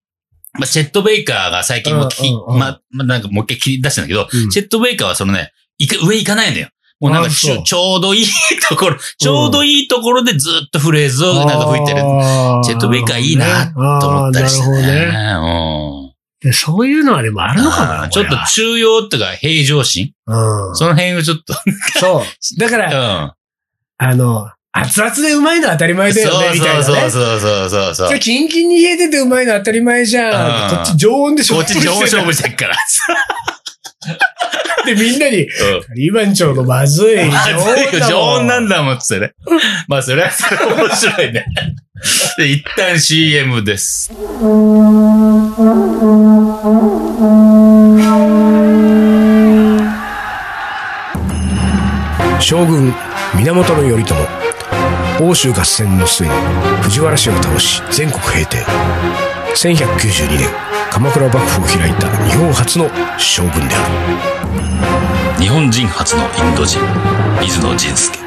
[SPEAKER 2] まあ、チェット・ベイカーが最近も聞き、
[SPEAKER 1] うんうんうん
[SPEAKER 2] ま、まあ、なんかもう一回切り出したんだけど、
[SPEAKER 1] うん
[SPEAKER 2] チェット・ベイカーはそのね、いか上行かないのよ。もうなんかち
[SPEAKER 1] あそ
[SPEAKER 2] ょ
[SPEAKER 1] う
[SPEAKER 2] ちょうどいい ところ、ちょうどいいところでずっとフレーズをなんか吹いてる。
[SPEAKER 1] あ
[SPEAKER 2] ジェットウェイカーいいなと思ったりして
[SPEAKER 1] あー
[SPEAKER 2] ね。
[SPEAKER 1] なるほどね
[SPEAKER 2] うん
[SPEAKER 1] で。そういうのはでもあるのか
[SPEAKER 2] う
[SPEAKER 1] な。
[SPEAKER 2] んちょっと中央とか平常心、
[SPEAKER 1] これはうん
[SPEAKER 2] その辺をちょっ と、
[SPEAKER 1] そう。だか
[SPEAKER 2] うん。
[SPEAKER 1] ら、あの、熱々でうまいのは当たり前だ
[SPEAKER 2] そう
[SPEAKER 1] よね、みたい
[SPEAKER 2] そう
[SPEAKER 1] な
[SPEAKER 2] そう
[SPEAKER 1] ね。
[SPEAKER 2] そうそうそうそ
[SPEAKER 1] そう れ。キンキンに冷えててうまいの当たり前じゃん。
[SPEAKER 2] うん
[SPEAKER 1] こっち常温でしょ
[SPEAKER 2] こっち上勝負
[SPEAKER 1] し
[SPEAKER 2] してっから。
[SPEAKER 1] てみんなに、
[SPEAKER 2] うん
[SPEAKER 1] リーマン長のまずい。
[SPEAKER 2] 常温なん
[SPEAKER 1] だ
[SPEAKER 2] だもんっつっ てね。まあ、それはそれは面白いね。で、一旦 CM です。
[SPEAKER 1] もん。将軍、源頼朝。欧州合戦の末に藤原氏を倒し全国平定。1192年、鎌倉幕府を開いた日本初の将軍である。
[SPEAKER 3] 日本人初のインド人水野仁介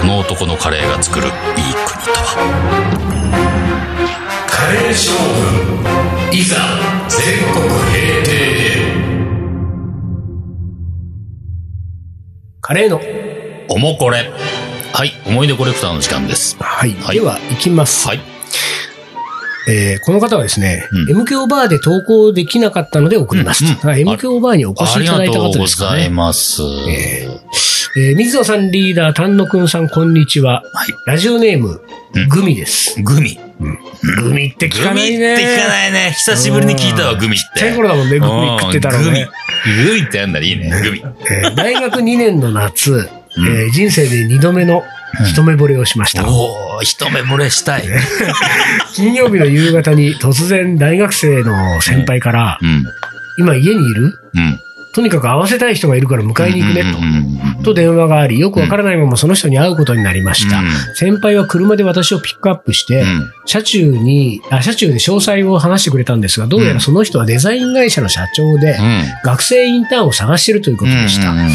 [SPEAKER 3] この男のカレーが作るいい国とは
[SPEAKER 1] カレー将軍いざ全国平定カレーの
[SPEAKER 2] おもこれ。はい、思い出コレクターの時間です。
[SPEAKER 1] はい、
[SPEAKER 2] はい
[SPEAKER 1] では行きます、
[SPEAKER 2] はい
[SPEAKER 1] えーこの方はですね、
[SPEAKER 2] う
[SPEAKER 1] MKO バーで投稿できなかったので送ります、
[SPEAKER 2] うんうん
[SPEAKER 1] だから MKO バーにお越
[SPEAKER 2] あ
[SPEAKER 1] しい
[SPEAKER 2] り
[SPEAKER 1] た
[SPEAKER 2] が
[SPEAKER 1] だいた
[SPEAKER 2] と
[SPEAKER 1] 方
[SPEAKER 2] うご
[SPEAKER 1] ですか
[SPEAKER 2] ざい
[SPEAKER 1] ね、
[SPEAKER 2] ます。
[SPEAKER 1] ええー水野さんリーダー丹野くんさんこんにちは、
[SPEAKER 2] はい
[SPEAKER 1] ラジオネーム、
[SPEAKER 2] うん
[SPEAKER 1] グミです
[SPEAKER 2] グミ。
[SPEAKER 1] グミって聞か
[SPEAKER 2] グミっ
[SPEAKER 1] ないね
[SPEAKER 2] て聞かないね。久しぶりに聞いたわ、
[SPEAKER 1] うん
[SPEAKER 2] グミって。
[SPEAKER 1] ちっちゃい頃だもんねグミ食ってたの
[SPEAKER 2] うんグ
[SPEAKER 1] ね
[SPEAKER 2] ミ。グミってやんだらいいね、グミ。
[SPEAKER 1] えー大学2年の夏、
[SPEAKER 2] ん
[SPEAKER 1] えー人生で2度目の一目惚れをしました。
[SPEAKER 2] おー、一目惚れしたい。
[SPEAKER 1] 金曜日の夕方に突然大学生の先輩から、
[SPEAKER 2] うん。
[SPEAKER 1] 今家にいる
[SPEAKER 2] うん。
[SPEAKER 1] とにかく会わせたい人がいるから迎えに行くね、
[SPEAKER 2] うんうんうんうん
[SPEAKER 1] と。電話があり、よくわからないままその人に会うことになりました。先輩は車で私をピックアップして、
[SPEAKER 2] うん。うん
[SPEAKER 1] 車中にあ、車中で詳細を話してくれたんですが、どうやらその人はデザイン会社の社長で、学生インターンを探しているということでした。
[SPEAKER 2] うんうんうん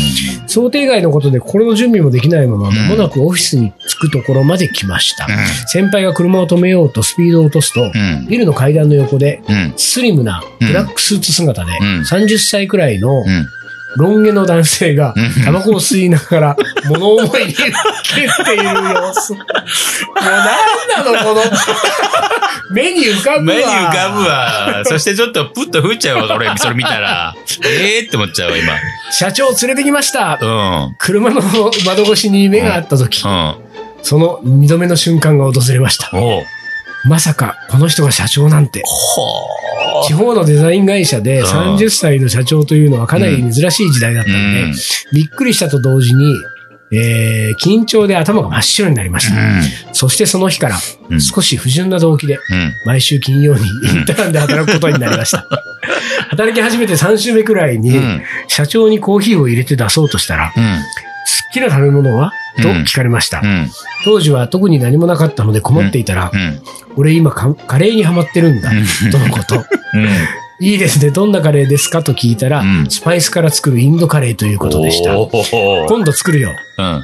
[SPEAKER 1] 想定外のことで心の準備もできないまま、間もなくオフィスに着くところまで来ました。先輩が車を止めようとスピードを落とすと
[SPEAKER 2] う、ん。
[SPEAKER 1] ビルの階段の横で、
[SPEAKER 2] うん。
[SPEAKER 1] スリムなブラックスーツ姿で、
[SPEAKER 2] うん
[SPEAKER 1] 30歳くらいの
[SPEAKER 2] うん。
[SPEAKER 1] ロン毛の男性が
[SPEAKER 2] うん、
[SPEAKER 1] タバコを吸いなが ら、物思いにふけっている様子。もうなんなの、この、目に浮かぶわ。
[SPEAKER 2] 目に浮かぶわ。そしてちょっとプッと吹いちゃうわ、俺、それ見たら。ええって思っちゃうわ、
[SPEAKER 1] 社長を連れてきました。
[SPEAKER 2] 今。うん。
[SPEAKER 1] 車の窓越しに目があった時、
[SPEAKER 2] うん。
[SPEAKER 1] その二度目の瞬間が訪れました。
[SPEAKER 2] おう。
[SPEAKER 1] まさか、この人が社長なんて。
[SPEAKER 2] ほ
[SPEAKER 1] 地方のデザイン会社で
[SPEAKER 2] うん
[SPEAKER 1] 30歳の社長というのはかなり珍しい時代だった
[SPEAKER 2] う
[SPEAKER 1] ので、
[SPEAKER 2] ん。
[SPEAKER 1] びっくりしたと同時に、えー緊張で頭が真っ白になりました。そしてその日から
[SPEAKER 2] うん
[SPEAKER 1] 少し不純な動機で
[SPEAKER 2] うん。
[SPEAKER 1] 毎週金曜にインターンで働くことになりま した。働き始めて3週目くらいに
[SPEAKER 2] うん。
[SPEAKER 1] 社長にコーヒーを入れて出そうとしたら、
[SPEAKER 2] うん。
[SPEAKER 1] 好きな食べ物はと聞かれました
[SPEAKER 2] う。ん。
[SPEAKER 1] 当時は特に何もなかったので困っていたら、
[SPEAKER 2] うん。
[SPEAKER 1] 俺今カカレーにハマってるんだ、とのこと。いいですね。どんなカレーですかと聞いたら、
[SPEAKER 2] うん
[SPEAKER 1] スパイスから作るインドカレーということでした。
[SPEAKER 2] おー
[SPEAKER 1] 今度作るよ。
[SPEAKER 2] うん。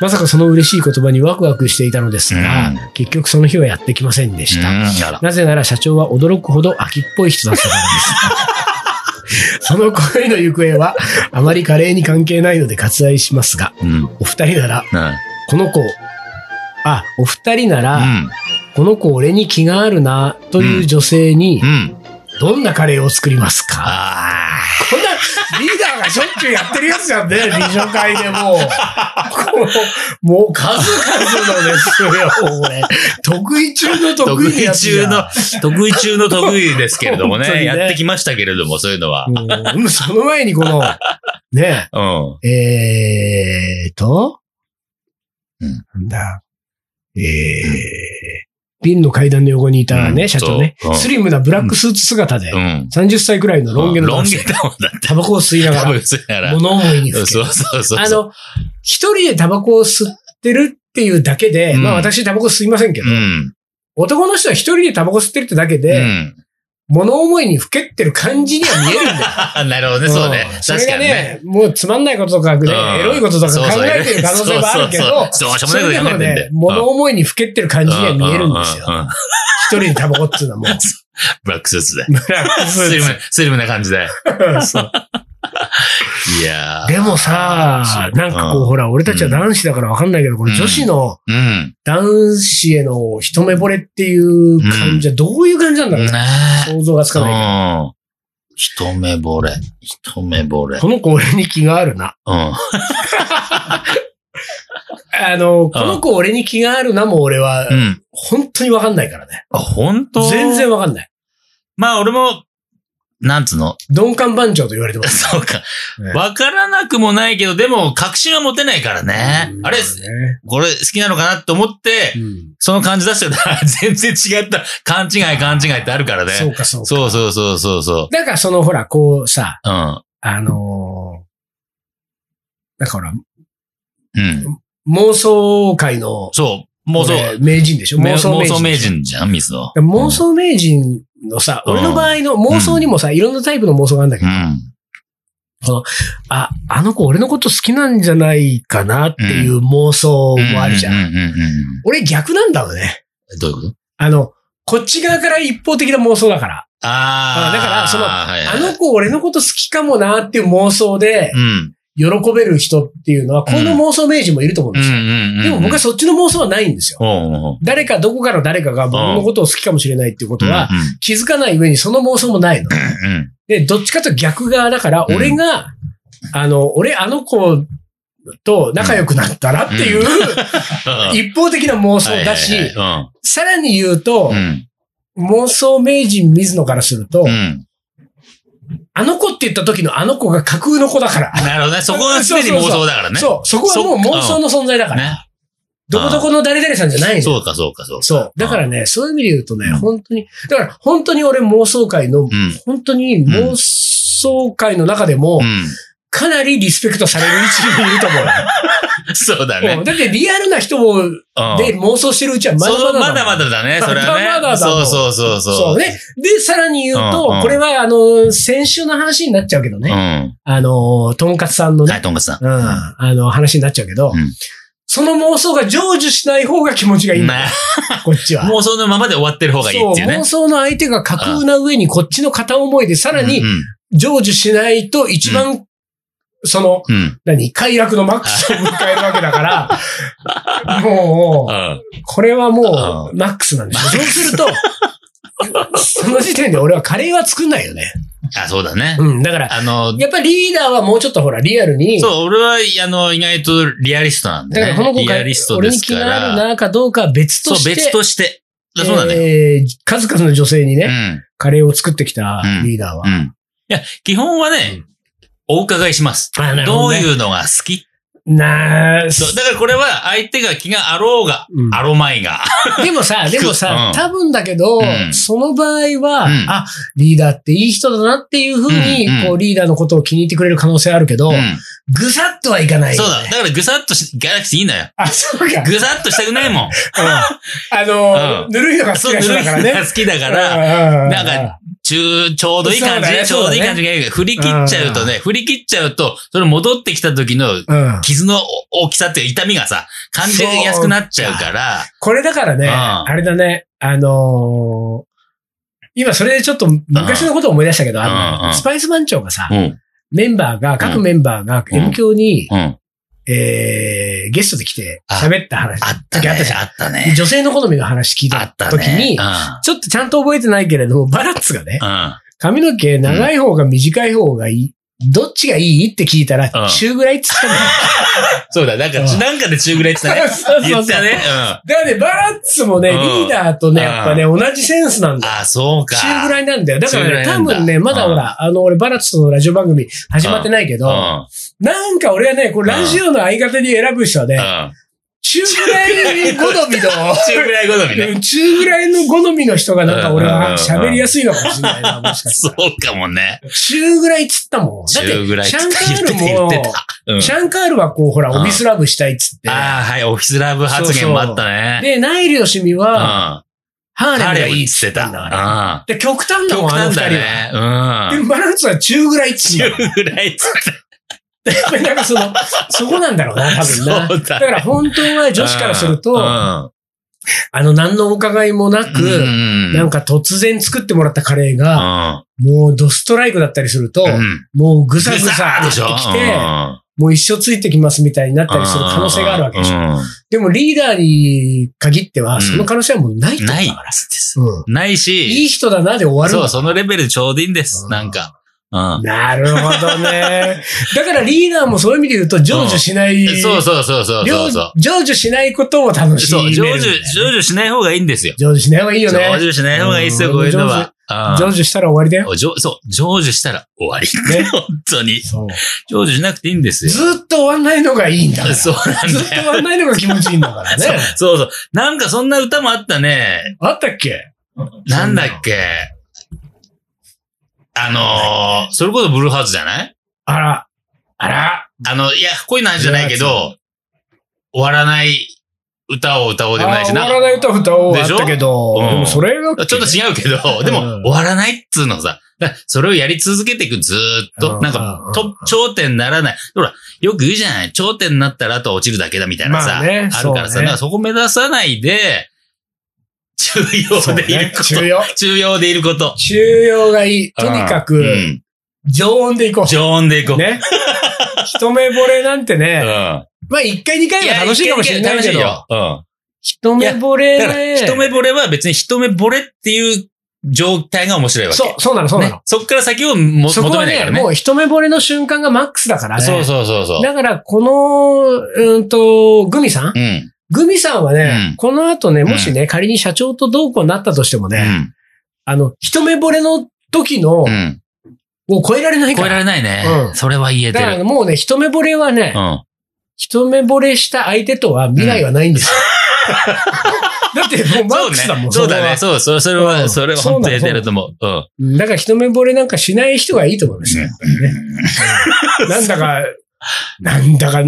[SPEAKER 1] まさかその嬉しい言葉にワクワクしていたのですが、
[SPEAKER 2] うん
[SPEAKER 1] 結局その日はやってきませんでした。
[SPEAKER 2] うんなら
[SPEAKER 1] なぜなら社長は驚くほど秋っぽい人だったからです。そ の恋の行方はあまりカレーに関係ないので割愛しますが、
[SPEAKER 2] うん。うん。
[SPEAKER 1] お二人ならこの子、あ、お二人な
[SPEAKER 2] う
[SPEAKER 1] ら、
[SPEAKER 2] ん。
[SPEAKER 1] この子俺に気があるな、という女性に
[SPEAKER 2] う、ん。
[SPEAKER 1] どんなカレーを作りますか、
[SPEAKER 2] ああ。
[SPEAKER 1] こんな、リーダーがしょっちゅうやってるやつじゃ んね、美女会でもう。このもう数々のですよ、俺。得意中の得
[SPEAKER 2] 得
[SPEAKER 1] 意の
[SPEAKER 2] 意
[SPEAKER 1] やつじ
[SPEAKER 2] 中
[SPEAKER 1] ゃん
[SPEAKER 2] の、得意中の得意ですけれども
[SPEAKER 1] 本当
[SPEAKER 2] ね。
[SPEAKER 1] にね
[SPEAKER 2] やってきましたけれども、そういうのは。
[SPEAKER 1] うん、その前にこの、ね、
[SPEAKER 2] うん。
[SPEAKER 1] えーと、
[SPEAKER 2] うん
[SPEAKER 1] なんだ、えー、瓶の階段の横にいたね、
[SPEAKER 2] うん
[SPEAKER 1] 社長ね、
[SPEAKER 2] そううん
[SPEAKER 1] スリムなブラックスーツ姿で、
[SPEAKER 2] うん。
[SPEAKER 1] 30歳くらいのロン毛の
[SPEAKER 2] ロン
[SPEAKER 1] 男
[SPEAKER 2] 毛
[SPEAKER 1] 性、
[SPEAKER 2] だもんだって。
[SPEAKER 1] タバコを吸いな
[SPEAKER 2] 多
[SPEAKER 1] が
[SPEAKER 2] 分そうや
[SPEAKER 1] ら、
[SPEAKER 2] ら。
[SPEAKER 1] 物思いにふけ
[SPEAKER 2] そう
[SPEAKER 1] る
[SPEAKER 2] そうそうそう。
[SPEAKER 1] あの、一人でタバコを吸ってるっていうだけで、
[SPEAKER 2] うん
[SPEAKER 1] まあ私タバコ吸いませんけ
[SPEAKER 2] う
[SPEAKER 1] ど、
[SPEAKER 2] ん。
[SPEAKER 1] 男の人は一人でタバコ吸ってるってだけ
[SPEAKER 2] う
[SPEAKER 1] で、
[SPEAKER 2] ん。
[SPEAKER 1] 物思いにふけってる感じには見えるんだよ。
[SPEAKER 2] なるほどね、 そうね
[SPEAKER 1] ん。それ
[SPEAKER 2] 確か
[SPEAKER 1] が
[SPEAKER 2] にね。
[SPEAKER 1] ね、もうつまんないこととかね、
[SPEAKER 2] うん
[SPEAKER 1] エロいこととか考えてる可能性はあるけ
[SPEAKER 2] そう
[SPEAKER 1] ど、
[SPEAKER 2] そうそうそうしょ
[SPEAKER 1] そう
[SPEAKER 2] も
[SPEAKER 1] れでも
[SPEAKER 2] ないこと考えてんだ
[SPEAKER 1] ね
[SPEAKER 2] よ、
[SPEAKER 1] 物思いにふけってる感じには見えるんですよ
[SPEAKER 2] う。ううん
[SPEAKER 1] 一人でタバコっていうの はもう。
[SPEAKER 2] ブラックスーツで。
[SPEAKER 1] ブラックス
[SPEAKER 2] スリ
[SPEAKER 1] ー
[SPEAKER 2] ム、スリムな感じで。
[SPEAKER 1] ツ そう
[SPEAKER 2] いやー
[SPEAKER 1] でもさ
[SPEAKER 2] そ、う
[SPEAKER 1] なんかこう、ほら、俺たちは男子だからわかんないけど、これ女子の、
[SPEAKER 2] うん。
[SPEAKER 1] 男子への一目惚れっていう感じはどういう感じなんだろうね。
[SPEAKER 2] ね
[SPEAKER 1] 想像がつ
[SPEAKER 2] え。う
[SPEAKER 1] かない。
[SPEAKER 2] ん。一目惚れ。一目惚れ。
[SPEAKER 1] この子俺に気があるな。
[SPEAKER 2] うん。
[SPEAKER 1] あの、この子俺に気があるなも俺は
[SPEAKER 2] う、ん。
[SPEAKER 1] 本当にわかんないからね。
[SPEAKER 2] あ、本当
[SPEAKER 1] 全然。わかんない。
[SPEAKER 2] まあ俺も、なんつうの
[SPEAKER 1] 鈍感番長と言われてます。
[SPEAKER 2] そうか
[SPEAKER 1] ね。
[SPEAKER 2] わからなくもないけど、でも確信は持てないからね
[SPEAKER 1] う。ん
[SPEAKER 2] あれ、
[SPEAKER 1] ね
[SPEAKER 2] これ好きなのかなって思って
[SPEAKER 1] う、ん
[SPEAKER 2] その感じ出してたら 全然違った。勘違い勘違いってあるからね。
[SPEAKER 1] そうかそうか。
[SPEAKER 2] そうそうそうそうそ
[SPEAKER 1] だからそのほら、こうさ、
[SPEAKER 2] う。うん。
[SPEAKER 1] あのー、だから
[SPEAKER 2] うん。
[SPEAKER 1] 妄想界の、
[SPEAKER 2] そう。もうそう。
[SPEAKER 1] 俺名人でしょ
[SPEAKER 2] 妄
[SPEAKER 1] 妄
[SPEAKER 2] 想
[SPEAKER 1] 想
[SPEAKER 2] 名
[SPEAKER 1] 名
[SPEAKER 2] 人
[SPEAKER 1] 人。
[SPEAKER 2] じゃん、水野。
[SPEAKER 1] 妄想名人のさ、
[SPEAKER 2] うん
[SPEAKER 1] 俺の場合の妄想にもさ、いろんなタイプの妄想があるんだけ
[SPEAKER 2] う
[SPEAKER 1] ど、
[SPEAKER 2] ん。
[SPEAKER 1] あ、あの子俺のこと好きなんじゃないかなっていう妄想もあるじゃん。
[SPEAKER 2] うんうんうんうん
[SPEAKER 1] 俺逆なんだろうね。
[SPEAKER 2] うん。どういうこと
[SPEAKER 1] あの、こっち側から一方的な妄想だから。
[SPEAKER 2] ああ。
[SPEAKER 1] だからその
[SPEAKER 2] はいは
[SPEAKER 1] あ
[SPEAKER 2] い
[SPEAKER 1] の子俺のこと好きかもなっていう妄想で
[SPEAKER 2] うん。
[SPEAKER 1] 喜べる人っていうのは、この妄想名人もいると思うん
[SPEAKER 2] う
[SPEAKER 1] ですよ。
[SPEAKER 2] んうん。
[SPEAKER 1] でも僕はそっちの妄想はないんですよ。
[SPEAKER 2] おうおうおう、
[SPEAKER 1] 誰かどこかの誰かが僕のことを好きかもしれないっていうことは、
[SPEAKER 2] う
[SPEAKER 1] 気づかない上にその妄想もないの。
[SPEAKER 2] んうんうん。
[SPEAKER 1] で、どっちかというと逆側だから、
[SPEAKER 2] うん
[SPEAKER 1] 俺が、あの、俺あの子と仲良くなったらっていう、 一方的な妄想だし、
[SPEAKER 2] はいは
[SPEAKER 1] さらに言うと
[SPEAKER 2] いはい、うん。
[SPEAKER 1] 妄想名人水野からすると、
[SPEAKER 2] うん。うん。
[SPEAKER 1] あの子って言った時のあの子が架空の子だから。
[SPEAKER 2] なるほどね。そこはすでに妄想だからね。
[SPEAKER 1] そう、そこはもう妄想の存在だから。
[SPEAKER 2] ね。
[SPEAKER 1] どこどこの誰々さんじゃないの。
[SPEAKER 2] そうか、そうか、そうか。
[SPEAKER 1] そう。だからね、そういう意味で言うとね
[SPEAKER 2] う、ん
[SPEAKER 1] 本当に、だから本当に俺妄想界の、
[SPEAKER 2] うん。
[SPEAKER 1] 本当に妄想界の中でも
[SPEAKER 2] う、ん。
[SPEAKER 1] かなりリスペクトされる位置にいると思うよ。
[SPEAKER 2] そうだ
[SPEAKER 1] うん
[SPEAKER 2] ね。
[SPEAKER 1] だってリアルな人も
[SPEAKER 2] うん
[SPEAKER 1] で妄想してるうちはま
[SPEAKER 2] そ
[SPEAKER 1] だまだ
[SPEAKER 2] う
[SPEAKER 1] だ
[SPEAKER 2] まだまだだね、それはね。
[SPEAKER 1] まだまだだ
[SPEAKER 2] そ
[SPEAKER 1] も
[SPEAKER 2] うんそうそうそう。
[SPEAKER 1] そうね。で、さらに言うと、
[SPEAKER 2] うんうん
[SPEAKER 1] これはあの、先週の話になっちゃうけど
[SPEAKER 2] う
[SPEAKER 1] ね。
[SPEAKER 2] ん。
[SPEAKER 1] あの、とんかつさんの
[SPEAKER 2] はい、
[SPEAKER 1] ね、
[SPEAKER 2] とんかつさん。
[SPEAKER 1] うん、あの、話になっちゃうけど、
[SPEAKER 2] うん
[SPEAKER 1] その妄想が成就しない方が気持ちがいいんだよ
[SPEAKER 2] ね
[SPEAKER 1] こっちは。
[SPEAKER 2] 妄想のままで終わってる方がいいって
[SPEAKER 1] そ
[SPEAKER 2] いう
[SPEAKER 1] う、
[SPEAKER 2] ね
[SPEAKER 1] 妄。想の相手が架空な上にこっちの片思いでさら
[SPEAKER 2] う
[SPEAKER 1] に
[SPEAKER 2] ん
[SPEAKER 1] 成就しないと一番、その、
[SPEAKER 2] うん。うん。
[SPEAKER 1] 何、快楽のマックスを迎えるわけだ から、もう、
[SPEAKER 2] うん
[SPEAKER 1] これはもう、マックスなんですよ。そうすると、その時点で俺はカレーは作んないよね。
[SPEAKER 2] あ、そうだね。
[SPEAKER 1] うん、だから、
[SPEAKER 2] あの、
[SPEAKER 1] やっぱりリーダーはもうちょっとほら、リアルに、
[SPEAKER 2] そう、俺は、あの、意外とリアリストなんで
[SPEAKER 1] だか
[SPEAKER 2] ね
[SPEAKER 1] らこの。子
[SPEAKER 2] リ
[SPEAKER 1] が
[SPEAKER 2] アリスト
[SPEAKER 1] 俺
[SPEAKER 2] で
[SPEAKER 1] に
[SPEAKER 2] す
[SPEAKER 1] 気
[SPEAKER 2] か
[SPEAKER 1] がある
[SPEAKER 2] ら。
[SPEAKER 1] なかどうかは別
[SPEAKER 2] そ
[SPEAKER 1] と
[SPEAKER 2] う、
[SPEAKER 1] して、
[SPEAKER 2] 別として。だそうだね。
[SPEAKER 1] えー数々の女性にね、
[SPEAKER 2] うん。
[SPEAKER 1] カレーを作ってきた
[SPEAKER 2] うん
[SPEAKER 1] リーダーは。
[SPEAKER 2] うん。いや、基本はね、お伺いします。
[SPEAKER 1] あなる
[SPEAKER 2] ど
[SPEAKER 1] ほ
[SPEAKER 2] う
[SPEAKER 1] ね
[SPEAKER 2] いうのが好き
[SPEAKER 1] なあ
[SPEAKER 2] そうだからこれは相手が気があろうが、
[SPEAKER 1] うん
[SPEAKER 2] あろまいが。
[SPEAKER 1] でもさ、でもさ
[SPEAKER 2] うん、
[SPEAKER 1] 多分だけど、
[SPEAKER 2] うん
[SPEAKER 1] その場合は、
[SPEAKER 2] うん
[SPEAKER 1] あ、リーダーっていい人だなっていうふうに、
[SPEAKER 2] うんうん
[SPEAKER 1] こう、リーダーのことを気に入ってくれる可能性あるけど、
[SPEAKER 2] うん
[SPEAKER 1] ぐさっとはいかないよ
[SPEAKER 2] そう
[SPEAKER 1] ね、
[SPEAKER 2] だ。だからぐさっとし、ガラクシーいいんだよ。
[SPEAKER 1] あ、そうか。
[SPEAKER 2] ぐさっとしたくないもん。
[SPEAKER 1] あの、
[SPEAKER 2] う
[SPEAKER 1] ぬるいのが好
[SPEAKER 2] そ
[SPEAKER 1] き
[SPEAKER 2] う、
[SPEAKER 1] な
[SPEAKER 2] ぬ
[SPEAKER 1] 人
[SPEAKER 2] る
[SPEAKER 1] だ
[SPEAKER 2] い
[SPEAKER 1] か
[SPEAKER 2] の
[SPEAKER 1] らね。
[SPEAKER 2] が好きだから、
[SPEAKER 1] ら
[SPEAKER 2] なんか、中、ちょうどいい感
[SPEAKER 1] そうだ
[SPEAKER 2] じで、
[SPEAKER 1] ね
[SPEAKER 2] ちょうどいい
[SPEAKER 1] そうだ
[SPEAKER 2] 感じが振り切っちゃうとね、振り切っちゃうと、それ戻ってきた時の
[SPEAKER 1] うん。
[SPEAKER 2] 傷の大きさっていう痛みがさ、感じやすくなっちゃうから、
[SPEAKER 1] これだからね、
[SPEAKER 2] うん
[SPEAKER 1] あれだね、あのー今それでちょっと昔のことを思い出したけど、あの
[SPEAKER 2] うんうん
[SPEAKER 1] スパイス番長がさ、
[SPEAKER 2] うん、
[SPEAKER 1] メンバーが、各メンバーが
[SPEAKER 2] うん
[SPEAKER 1] M 教に、
[SPEAKER 2] うん、
[SPEAKER 1] えー、ゲストで来て喋った話。
[SPEAKER 2] あったね。
[SPEAKER 1] あったじゃん
[SPEAKER 2] あったね。
[SPEAKER 1] 女性の好みの話聞い
[SPEAKER 2] あ
[SPEAKER 1] た
[SPEAKER 2] った
[SPEAKER 1] 時に、
[SPEAKER 2] ね。
[SPEAKER 1] ちょっとちゃんと覚えてないけれども、バラッツがね
[SPEAKER 2] う、ん。うん。
[SPEAKER 1] 髪の毛長い方が短い方がいい。どっちがいいって聞いたら
[SPEAKER 2] う、ん
[SPEAKER 1] 中ぐらいって言っ た
[SPEAKER 2] そうだ、なんか、
[SPEAKER 1] うん
[SPEAKER 2] なんかで中ぐらいって言
[SPEAKER 1] ん
[SPEAKER 2] った
[SPEAKER 1] だよ。
[SPEAKER 2] ね。
[SPEAKER 1] そうそ
[SPEAKER 2] 言
[SPEAKER 1] う
[SPEAKER 2] っ
[SPEAKER 1] そ
[SPEAKER 2] た
[SPEAKER 1] う。
[SPEAKER 2] ね。うん。
[SPEAKER 1] だからね、バラッツもね、
[SPEAKER 2] う
[SPEAKER 1] リ
[SPEAKER 2] ん
[SPEAKER 1] ーダーとね、やっぱね、同じセンスなんだよ。
[SPEAKER 2] あ、そうか。
[SPEAKER 1] 中ぐら
[SPEAKER 2] い。
[SPEAKER 1] いなんだよ。だからね、多
[SPEAKER 2] 中ぐらいなんだ
[SPEAKER 1] 分ね、まだほら、あの、俺、バラッツとのラジオ番組始まってないけ
[SPEAKER 2] う
[SPEAKER 1] ど、
[SPEAKER 2] ん。
[SPEAKER 1] なんか俺はね、こう、ラジオの相方に選ぶ人はね、
[SPEAKER 2] うん。
[SPEAKER 1] 中ぐらい好み
[SPEAKER 2] 中ぐらい好みね。
[SPEAKER 1] の、中ぐらいの好みの人がなんか俺は喋りやすいのかもしれないな、もしかし
[SPEAKER 2] そ
[SPEAKER 1] たら。
[SPEAKER 2] うかもね。
[SPEAKER 1] 中ぐらいっつったもん。だって
[SPEAKER 2] 中ぐらい
[SPEAKER 1] シ
[SPEAKER 2] と
[SPEAKER 1] ャ
[SPEAKER 2] か
[SPEAKER 1] ンカ
[SPEAKER 2] 言っ
[SPEAKER 1] ール
[SPEAKER 2] てた、言
[SPEAKER 1] も
[SPEAKER 2] って、た。うん
[SPEAKER 1] シャンカールはこう、ほら、
[SPEAKER 2] うん
[SPEAKER 1] オフィスラブしたいっつって。
[SPEAKER 2] ああ、はい、オフィスラブ発言もあったね。
[SPEAKER 1] で、ナイルヨシミ
[SPEAKER 2] う
[SPEAKER 1] は、
[SPEAKER 2] ん。
[SPEAKER 1] ハーレム
[SPEAKER 2] あ
[SPEAKER 1] が
[SPEAKER 2] れ
[SPEAKER 1] いい
[SPEAKER 2] 言
[SPEAKER 1] っ
[SPEAKER 2] っ
[SPEAKER 1] つって
[SPEAKER 2] て
[SPEAKER 1] た
[SPEAKER 2] た。
[SPEAKER 1] ん
[SPEAKER 2] う
[SPEAKER 1] だから。で、
[SPEAKER 2] ん。
[SPEAKER 1] 極端だも
[SPEAKER 2] 極
[SPEAKER 1] ん、あの二
[SPEAKER 2] 端
[SPEAKER 1] 人
[SPEAKER 2] だ
[SPEAKER 1] は。
[SPEAKER 2] ね。うん。
[SPEAKER 1] で、バランスは中ぐらいっつってた。
[SPEAKER 2] 中ぐらいっつっ
[SPEAKER 1] やっぱりなんかその、そこなんだろうな、
[SPEAKER 2] た。
[SPEAKER 1] 多分な。
[SPEAKER 2] そうだ
[SPEAKER 1] だから
[SPEAKER 2] ね。
[SPEAKER 1] 本当は女子からすると、
[SPEAKER 2] うん
[SPEAKER 1] あの、何のお伺いもなく、
[SPEAKER 2] うん。
[SPEAKER 1] なんか突然作ってもらったカレーが、
[SPEAKER 2] か、
[SPEAKER 1] もうドストライクだったりすると、
[SPEAKER 2] うん。
[SPEAKER 1] もうぐさぐ
[SPEAKER 2] ぐ
[SPEAKER 1] さ
[SPEAKER 2] さ
[SPEAKER 1] で
[SPEAKER 2] でし
[SPEAKER 1] き
[SPEAKER 2] ょ
[SPEAKER 1] て、もう一生ついてきますみたいになったりする可能性があるわけでしょ。
[SPEAKER 2] ょ。
[SPEAKER 1] でもリーダーに限って
[SPEAKER 2] う
[SPEAKER 1] は、
[SPEAKER 2] ん
[SPEAKER 1] その可能性はもうないってこと
[SPEAKER 2] ない
[SPEAKER 1] だから。
[SPEAKER 2] です。
[SPEAKER 1] うん
[SPEAKER 2] ない
[SPEAKER 1] いい
[SPEAKER 2] し、
[SPEAKER 1] 人だなで終わるん
[SPEAKER 2] そう、
[SPEAKER 1] だ
[SPEAKER 2] そのレベルちょうどいいんです
[SPEAKER 1] う。ん
[SPEAKER 2] なんか。うん。
[SPEAKER 1] なるほどね。 だからリーダーもそういう意味で言うと、成就しない。
[SPEAKER 2] そうそうそうそう
[SPEAKER 1] 成
[SPEAKER 2] そうそう。
[SPEAKER 1] 成就しないことを楽し
[SPEAKER 2] そ
[SPEAKER 1] める
[SPEAKER 2] う、
[SPEAKER 1] ん
[SPEAKER 2] 成
[SPEAKER 1] だよ
[SPEAKER 2] 就、
[SPEAKER 1] ね。
[SPEAKER 2] 成就しない方がいいんですよ。
[SPEAKER 1] 成就しない方がいいよね。
[SPEAKER 2] 成就しない方がいいですよ、
[SPEAKER 1] うん
[SPEAKER 2] こういうのは。
[SPEAKER 1] 成
[SPEAKER 2] うん
[SPEAKER 1] 就したら終わりだよ。
[SPEAKER 2] お成そう、成就したら終わり。
[SPEAKER 1] ね
[SPEAKER 2] 本当に。
[SPEAKER 1] そう。
[SPEAKER 2] 成就しなくていいんですよ。
[SPEAKER 1] ずっと終わんないのがいいんだから。
[SPEAKER 2] そう なん
[SPEAKER 1] ずっと
[SPEAKER 2] だ
[SPEAKER 1] 終
[SPEAKER 2] よ。
[SPEAKER 1] わんないのが気持ちいいんだからね。
[SPEAKER 2] そうそう。なんかそんな歌もあったね。
[SPEAKER 1] あったっけ
[SPEAKER 2] なんだっけ。あのー、それこそブルーハーツじゃない
[SPEAKER 1] あら。あら。
[SPEAKER 2] あの、いや、恋の話じゃないけど、終わらない歌を歌おうでもないし
[SPEAKER 1] あ
[SPEAKER 2] な。
[SPEAKER 1] 終わらない歌歌おう。あ
[SPEAKER 2] で
[SPEAKER 1] っ
[SPEAKER 2] しょ
[SPEAKER 1] たけど。
[SPEAKER 2] うん
[SPEAKER 1] でもそれが。
[SPEAKER 2] ちょっと違うけど、
[SPEAKER 1] う
[SPEAKER 2] で
[SPEAKER 1] ん
[SPEAKER 2] も、終わらないっつうのさ。だからそれをやり続けていく、ずーっ
[SPEAKER 1] う
[SPEAKER 2] と。
[SPEAKER 1] ん
[SPEAKER 2] な
[SPEAKER 1] う
[SPEAKER 2] ん
[SPEAKER 1] ん
[SPEAKER 2] か、と、頂点にならない。ほら、よく言うじゃない頂点になったらあとは落ちるだけだみたいな
[SPEAKER 1] ま
[SPEAKER 2] さ。
[SPEAKER 1] あ
[SPEAKER 2] あ
[SPEAKER 1] ね
[SPEAKER 2] るから
[SPEAKER 1] そう
[SPEAKER 2] さ、
[SPEAKER 1] ね
[SPEAKER 2] なんかそこ目指さないで、中
[SPEAKER 1] そう
[SPEAKER 2] 央
[SPEAKER 1] ね
[SPEAKER 2] でいるこ
[SPEAKER 1] 中
[SPEAKER 2] と。
[SPEAKER 1] 要。
[SPEAKER 2] 中央でいること。
[SPEAKER 1] 中要がいい。とにか
[SPEAKER 2] う
[SPEAKER 1] く、
[SPEAKER 2] ん。
[SPEAKER 1] 常温でいこ
[SPEAKER 2] 常温でいこ
[SPEAKER 1] う。
[SPEAKER 2] う。
[SPEAKER 1] ね。一目惚れなんて
[SPEAKER 2] うん。
[SPEAKER 1] ね、まあ一回二回は楽しいかもしれないけ
[SPEAKER 2] や
[SPEAKER 1] ど、
[SPEAKER 2] 楽しいよ。
[SPEAKER 1] 一目惚
[SPEAKER 2] うん。
[SPEAKER 1] れ
[SPEAKER 2] だから、
[SPEAKER 1] ね。
[SPEAKER 2] 一目惚れは別に一目惚れっていう状態が面白いわけ。
[SPEAKER 1] そう、そうなの、そうな
[SPEAKER 2] ね
[SPEAKER 1] の。
[SPEAKER 2] そっから先をも
[SPEAKER 1] そ
[SPEAKER 2] 求
[SPEAKER 1] こは
[SPEAKER 2] めないか
[SPEAKER 1] ね、
[SPEAKER 2] らね
[SPEAKER 1] も。う一目惚れの瞬間がマックスだからね。
[SPEAKER 2] そうそうそうそう。
[SPEAKER 1] だから、この、うーんと、グミさん
[SPEAKER 2] うん。
[SPEAKER 1] グミさんはね、
[SPEAKER 2] うん
[SPEAKER 1] この後ね、もしね、仮に社長と同行になったとしてもね、あの、一目惚れの時の、
[SPEAKER 2] うん。うん。
[SPEAKER 1] を超えられないか
[SPEAKER 2] 超えら
[SPEAKER 1] ら。
[SPEAKER 2] れないね。
[SPEAKER 1] うん
[SPEAKER 2] それは言え
[SPEAKER 1] だ
[SPEAKER 2] て
[SPEAKER 1] から
[SPEAKER 2] る。
[SPEAKER 1] もうね、一目惚れはね、
[SPEAKER 2] うん。
[SPEAKER 1] 一目惚れした相手とは未来はないんですよ。だってもうマックスだもん、
[SPEAKER 2] そうだね。
[SPEAKER 1] そ
[SPEAKER 2] そう、そう、それ
[SPEAKER 1] う
[SPEAKER 2] は、
[SPEAKER 1] ん
[SPEAKER 2] それは本当に言えてると思う。うん。
[SPEAKER 1] こはだから一目惚れなんかしない人がいいと思いますよ。やっぱりねうんなんだか、なんだか、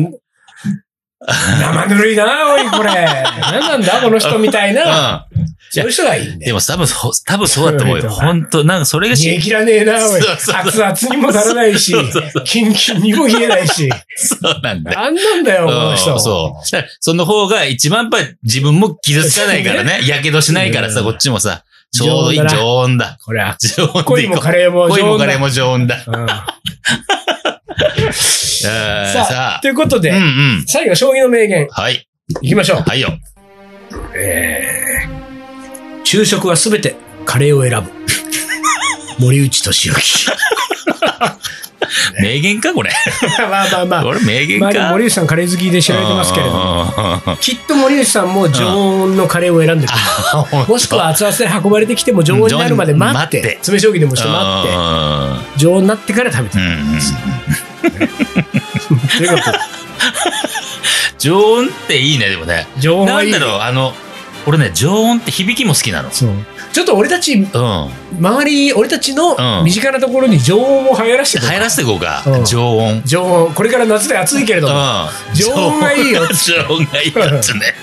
[SPEAKER 1] 生ぬるいな、おい、これ。なんなんだ、この人みたいな。
[SPEAKER 2] う
[SPEAKER 1] そういう人がいいん
[SPEAKER 2] ん。
[SPEAKER 1] だ
[SPEAKER 2] で
[SPEAKER 1] よ。
[SPEAKER 2] も多分、そう多分そうだと思うよ。
[SPEAKER 1] そうだね
[SPEAKER 2] 本当なんかそれが
[SPEAKER 1] 冷え
[SPEAKER 2] し、
[SPEAKER 1] 切らねえな、おい。
[SPEAKER 2] そうそうそう
[SPEAKER 1] 熱々にもならないし
[SPEAKER 2] そうそうそ、
[SPEAKER 1] キンキンにも冷えない し。
[SPEAKER 2] そうなんだよ。
[SPEAKER 1] あんなんだよ、この
[SPEAKER 2] う
[SPEAKER 1] 人。
[SPEAKER 2] んそう。だからその方が一番やっぱり自分も傷つかないからね。やけどしないから
[SPEAKER 1] う
[SPEAKER 2] さ、
[SPEAKER 1] ん
[SPEAKER 2] こっちもさ、ちょうどいい
[SPEAKER 1] 常温だな
[SPEAKER 2] 常温だ。
[SPEAKER 1] これは。
[SPEAKER 2] 常温で
[SPEAKER 1] 恋
[SPEAKER 2] いこ
[SPEAKER 1] も
[SPEAKER 2] う。
[SPEAKER 1] カレーも
[SPEAKER 2] 恋
[SPEAKER 1] 上
[SPEAKER 2] も
[SPEAKER 1] 手
[SPEAKER 2] カ
[SPEAKER 1] だ
[SPEAKER 2] レーも常温だ。
[SPEAKER 1] うん
[SPEAKER 2] うん
[SPEAKER 1] さあ、
[SPEAKER 2] さあ
[SPEAKER 1] と、いうこと
[SPEAKER 2] うんう
[SPEAKER 1] で、
[SPEAKER 2] ん。
[SPEAKER 1] 最後、将棋の名言、
[SPEAKER 2] はい。
[SPEAKER 1] いきましょう。
[SPEAKER 2] はいよ。
[SPEAKER 1] えー昼食はすべてカレーを 選ぶ。森内俊之。
[SPEAKER 2] 名言か、これ。
[SPEAKER 1] まあまあまあ。
[SPEAKER 2] これ名言
[SPEAKER 1] まあ
[SPEAKER 2] か。
[SPEAKER 1] でも森内さんカレー好きで知られてますけれど
[SPEAKER 2] うん
[SPEAKER 1] も、
[SPEAKER 2] うんうん
[SPEAKER 1] きっと森内さんも常温のカレーを選んでくる。
[SPEAKER 2] あ
[SPEAKER 1] もしくは熱々で運ばれてきても常温になるまで待って、
[SPEAKER 2] うん常温待って
[SPEAKER 1] 詰め将棋でもして待って、常温になってから食べて
[SPEAKER 2] うんうんうん
[SPEAKER 1] ということで
[SPEAKER 2] 常温っていいね、でもね。
[SPEAKER 1] 常温
[SPEAKER 2] な
[SPEAKER 1] はい
[SPEAKER 2] ん
[SPEAKER 1] い
[SPEAKER 2] だ。ろう、あの、俺ね、常温って響きも好きなの。
[SPEAKER 1] そう。ちょっと俺たち、
[SPEAKER 2] うん。
[SPEAKER 1] 周り、俺たちの
[SPEAKER 2] うん
[SPEAKER 1] 身近なところに常温を流行らせて
[SPEAKER 2] 流
[SPEAKER 1] くれ
[SPEAKER 2] 行らせていこうか
[SPEAKER 1] うん。
[SPEAKER 2] 常温。うん。
[SPEAKER 1] 常温。これから夏で暑いけれども、常温がいいよ
[SPEAKER 2] 常温がいいよっつね。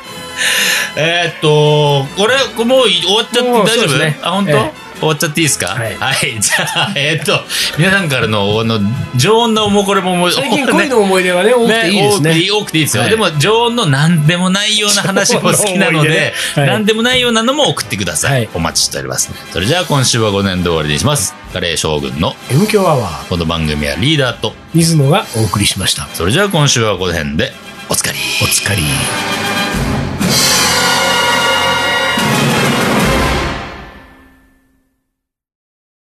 [SPEAKER 2] えーっと、これ、もう終わっちゃって
[SPEAKER 1] もう
[SPEAKER 2] 大丈
[SPEAKER 1] そうですね
[SPEAKER 2] 夫あ、本
[SPEAKER 1] ええ
[SPEAKER 2] 当？終わっちゃっていいですかは、
[SPEAKER 1] はいい
[SPEAKER 2] じゃあ、えーっと、皆さんからの、あの、常温のもこれももう、
[SPEAKER 1] 最近恋の思い出がね、多くていいですね。
[SPEAKER 2] 多くて多くていいですよ。
[SPEAKER 1] はい
[SPEAKER 2] でも、常温の何でもないような話も好きな
[SPEAKER 1] 常 温の
[SPEAKER 2] ので、
[SPEAKER 1] 思い出ねはい
[SPEAKER 2] 何でもないようなのも送ってください。
[SPEAKER 1] はい
[SPEAKER 2] お待ちしております。それじゃあ、今週は5年で終わりにします。カレー将軍の
[SPEAKER 1] M 強アワー、
[SPEAKER 2] この番組はリーダーと、
[SPEAKER 1] 水野がお送りしました。
[SPEAKER 2] それじゃあ今週はこの辺で、おつかり。
[SPEAKER 1] お疲れ。